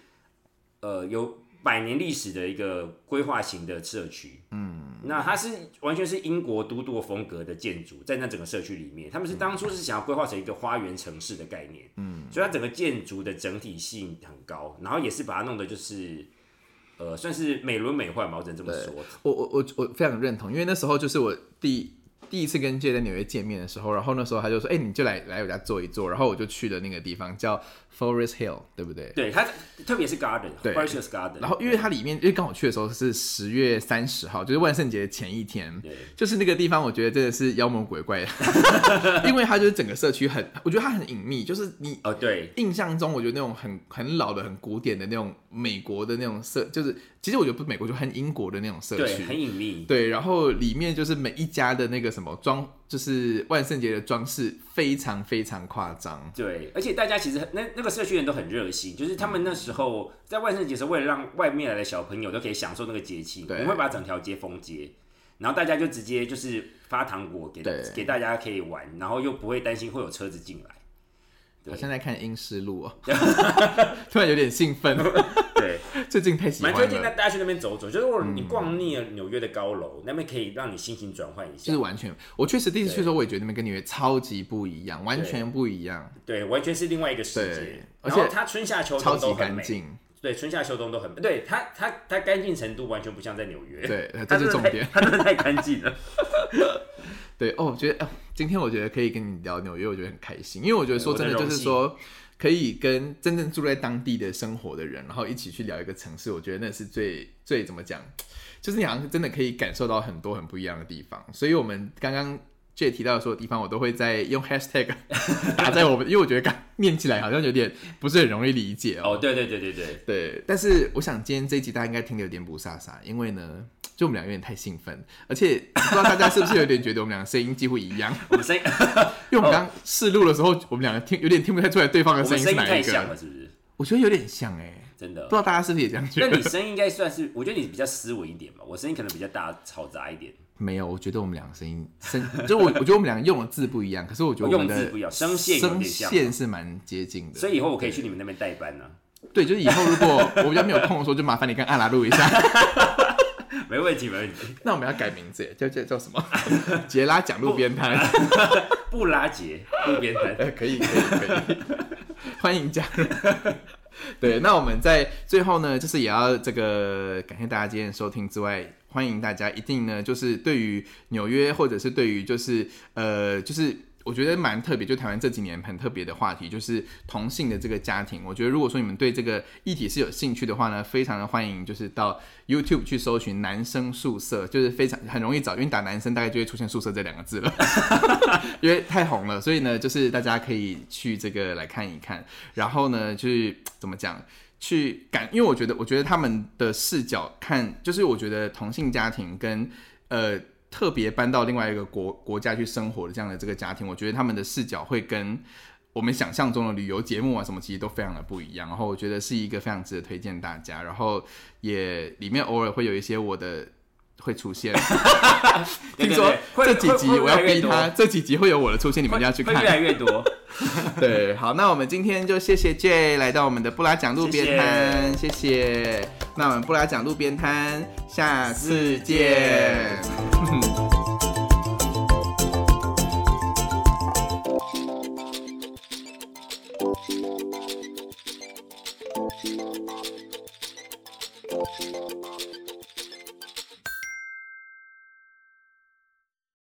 Speaker 4: 呃有百年历史的一个规划型的社区。嗯，那它是完全是英国都铎风格的建筑，在那整个社区里面，他们
Speaker 3: 嗯
Speaker 4: 是当初是想要规划成一个花园城市的概念。嗯，所以它整个建筑的整体性很高，然后也是把它弄的就是。呃，算是美轮美奂吧，我只能这么说。
Speaker 3: 我我我我非常认同，因为那时候就是我第第一次跟 J 在纽约见面的时候，然后那时候他就说：“哎、你就来来我家坐一坐。”然后我就去了那个地方叫 Forest Hill，对不对？
Speaker 4: 对它，特别是 garden，
Speaker 3: 对
Speaker 4: p r e c i o u s garden。
Speaker 3: 然后因为它里面，因为刚好去的时候是十月三十号，就是万圣节前一天
Speaker 4: 对，
Speaker 3: 就是那个地方，我觉得真的 [laughs] 是妖魔鬼怪，因为它就是整个社区很，我觉得它很隐秘，就是你
Speaker 4: 哦，对，
Speaker 3: 印象中，我觉得那种很很老的、很古典的那种美国的那种社，就是其实我觉得不是美国，就很英国的那种社
Speaker 4: 对，
Speaker 3: 区，
Speaker 4: 很隐秘。
Speaker 3: 对，然后里面就是每一家的那个什么装，就是万圣节的装饰非常非常夸张。
Speaker 4: 对，而且大家其实很那那个社区人都很热心，就是他们那时候在万圣节的时候，为了让外面来的小朋友都可以享受那个节气，我
Speaker 3: 对
Speaker 4: 们会把整条街封街，然后大家就直接就是发糖果给
Speaker 3: 对
Speaker 4: 给大家可以玩，然后又不会担心会有车子进来。对
Speaker 3: 好像在看《英诗录》哦，突然有点兴
Speaker 4: [laughs]
Speaker 3: 奋，
Speaker 4: 对，
Speaker 3: 最近太喜
Speaker 4: 蛮
Speaker 3: 欢嗯
Speaker 4: 推荐大
Speaker 3: 了，
Speaker 4: 大家去那边走走，就是如果你逛腻了纽约的高楼，那边可以让你心情转换一
Speaker 3: 就
Speaker 4: 下
Speaker 3: 是。完全，我确实第一次去的时候，我也觉得你们跟纽约超级不一样，完全不一样，
Speaker 4: 对，完全是另外一个世界
Speaker 3: 对。
Speaker 4: 然
Speaker 3: 而
Speaker 4: 后
Speaker 3: 且
Speaker 4: 它春夏秋
Speaker 3: 超
Speaker 4: 冬
Speaker 3: 级
Speaker 4: 都很
Speaker 3: 干
Speaker 4: 美， [laughs]
Speaker 3: 净。
Speaker 4: 对，春夏秋冬都很美。对它它它干净程度完全不像在纽约。
Speaker 3: 对
Speaker 4: 它
Speaker 3: 这是
Speaker 4: 真的
Speaker 3: 重
Speaker 4: 太
Speaker 3: 点
Speaker 4: 它真的太干净了。
Speaker 3: 对哦，我觉得、哦今天我觉得可以跟你聊纽约，我觉得很开心，因为我觉得说
Speaker 4: 对
Speaker 3: 真的
Speaker 4: 我的
Speaker 3: 就是
Speaker 4: 荣幸
Speaker 3: 说。可以跟真正住在当地的生活的人，然后一起去聊一个城市，我觉得那是最最怎么讲，就是你好像真的可以感受到很多很不一样的地方。所以我们刚刚 J 提到的所有地方，我都会在用 hashtag 打在我们，因为我觉得刚念起来好像有点不是很容易理解 [laughs] 哦。
Speaker 4: 哦，对对对对对，
Speaker 3: 对，但是我想今天这一集大家应该听得有点不飒飒，因为呢，就我们俩有点太兴奋，而且不知道大家是不是有点觉得我们俩声音几乎一样，
Speaker 4: 我们声音
Speaker 3: 因为我们刚试录的时候，我们两个听有点听不太出来对方
Speaker 4: 哦我
Speaker 3: 的
Speaker 4: 们
Speaker 3: 声
Speaker 4: 声
Speaker 3: 音是
Speaker 4: 音
Speaker 3: 哪
Speaker 4: 太
Speaker 3: 一
Speaker 4: 像
Speaker 3: 个，
Speaker 4: 了，是不是？
Speaker 3: 我觉得有点像哎、
Speaker 4: 真
Speaker 3: 不
Speaker 4: 的
Speaker 3: 知。道大家是不是也这样
Speaker 4: 那
Speaker 3: 觉
Speaker 4: 你
Speaker 3: 得？
Speaker 4: 声音应该算是，我觉得你比较斯文一点吧，我声音可能比较大嘈杂一点，
Speaker 3: 没有，我觉得我们两个声音声， [laughs] 就我我觉得我们两个用的字不一样，可是我觉得我们的
Speaker 4: 用字不一样声线有点
Speaker 3: 声
Speaker 4: 像
Speaker 3: 线是蛮接近的，
Speaker 4: 所以以后我可以去你们那边代班啊呢、
Speaker 3: 对，就是以后如果我比较没有空的时候，就麻烦你跟阿拉录一下。 [laughs]
Speaker 4: 没问题，没问题。
Speaker 3: 那我们要改名字耶，叫叫叫什么？ [laughs] 杰拉讲路边摊。
Speaker 4: 布拉杰路边摊，
Speaker 3: 呃，可以，可以，可以， [laughs] 欢迎加入。对，那我们在最后呢，就是也要这个感谢大家今天的收听之外，欢迎大家一定呢，就是对于纽约或者是对于就是呃，就是。我觉得蛮特别，就台湾这几年很特别的话题，就是同性的这个家庭。我觉得如果说你们对这个议题是有兴趣的话呢，非常的欢迎，就是到 YouTube 去搜寻“男生宿舍”，就是非常很容易找，因为打“男生”大概就会出现“宿舍”这两个字了，因为太红了。所以呢，就是大家可以去这个来看一看。然后呢，就是怎么讲？去感，因为我觉得，我觉得他们的视角看，就是我觉得同性家庭跟呃特别搬到另外一个国国家去生活的这样的这个家庭，我觉得他们的视角会跟我们想象中的旅游节目啊什么，其实都非常的不一样。然后我觉得是一个非常值得推荐大家，然后也里面偶尔会有一些我的会出现。 [laughs] 听说
Speaker 4: 对对对
Speaker 3: 这几集
Speaker 4: 会会
Speaker 3: 我要
Speaker 4: 会越来
Speaker 3: 逼
Speaker 4: 越多
Speaker 3: 他，这几集会有我的出现，你们一定要去
Speaker 4: 会越来
Speaker 3: 看。
Speaker 4: 越多。
Speaker 3: 对，好，那我们今天就谢谢 J 来到我们的布拉讲路边摊，谢谢。那我们布拉讲路边摊，下次
Speaker 4: 次见
Speaker 3: 见。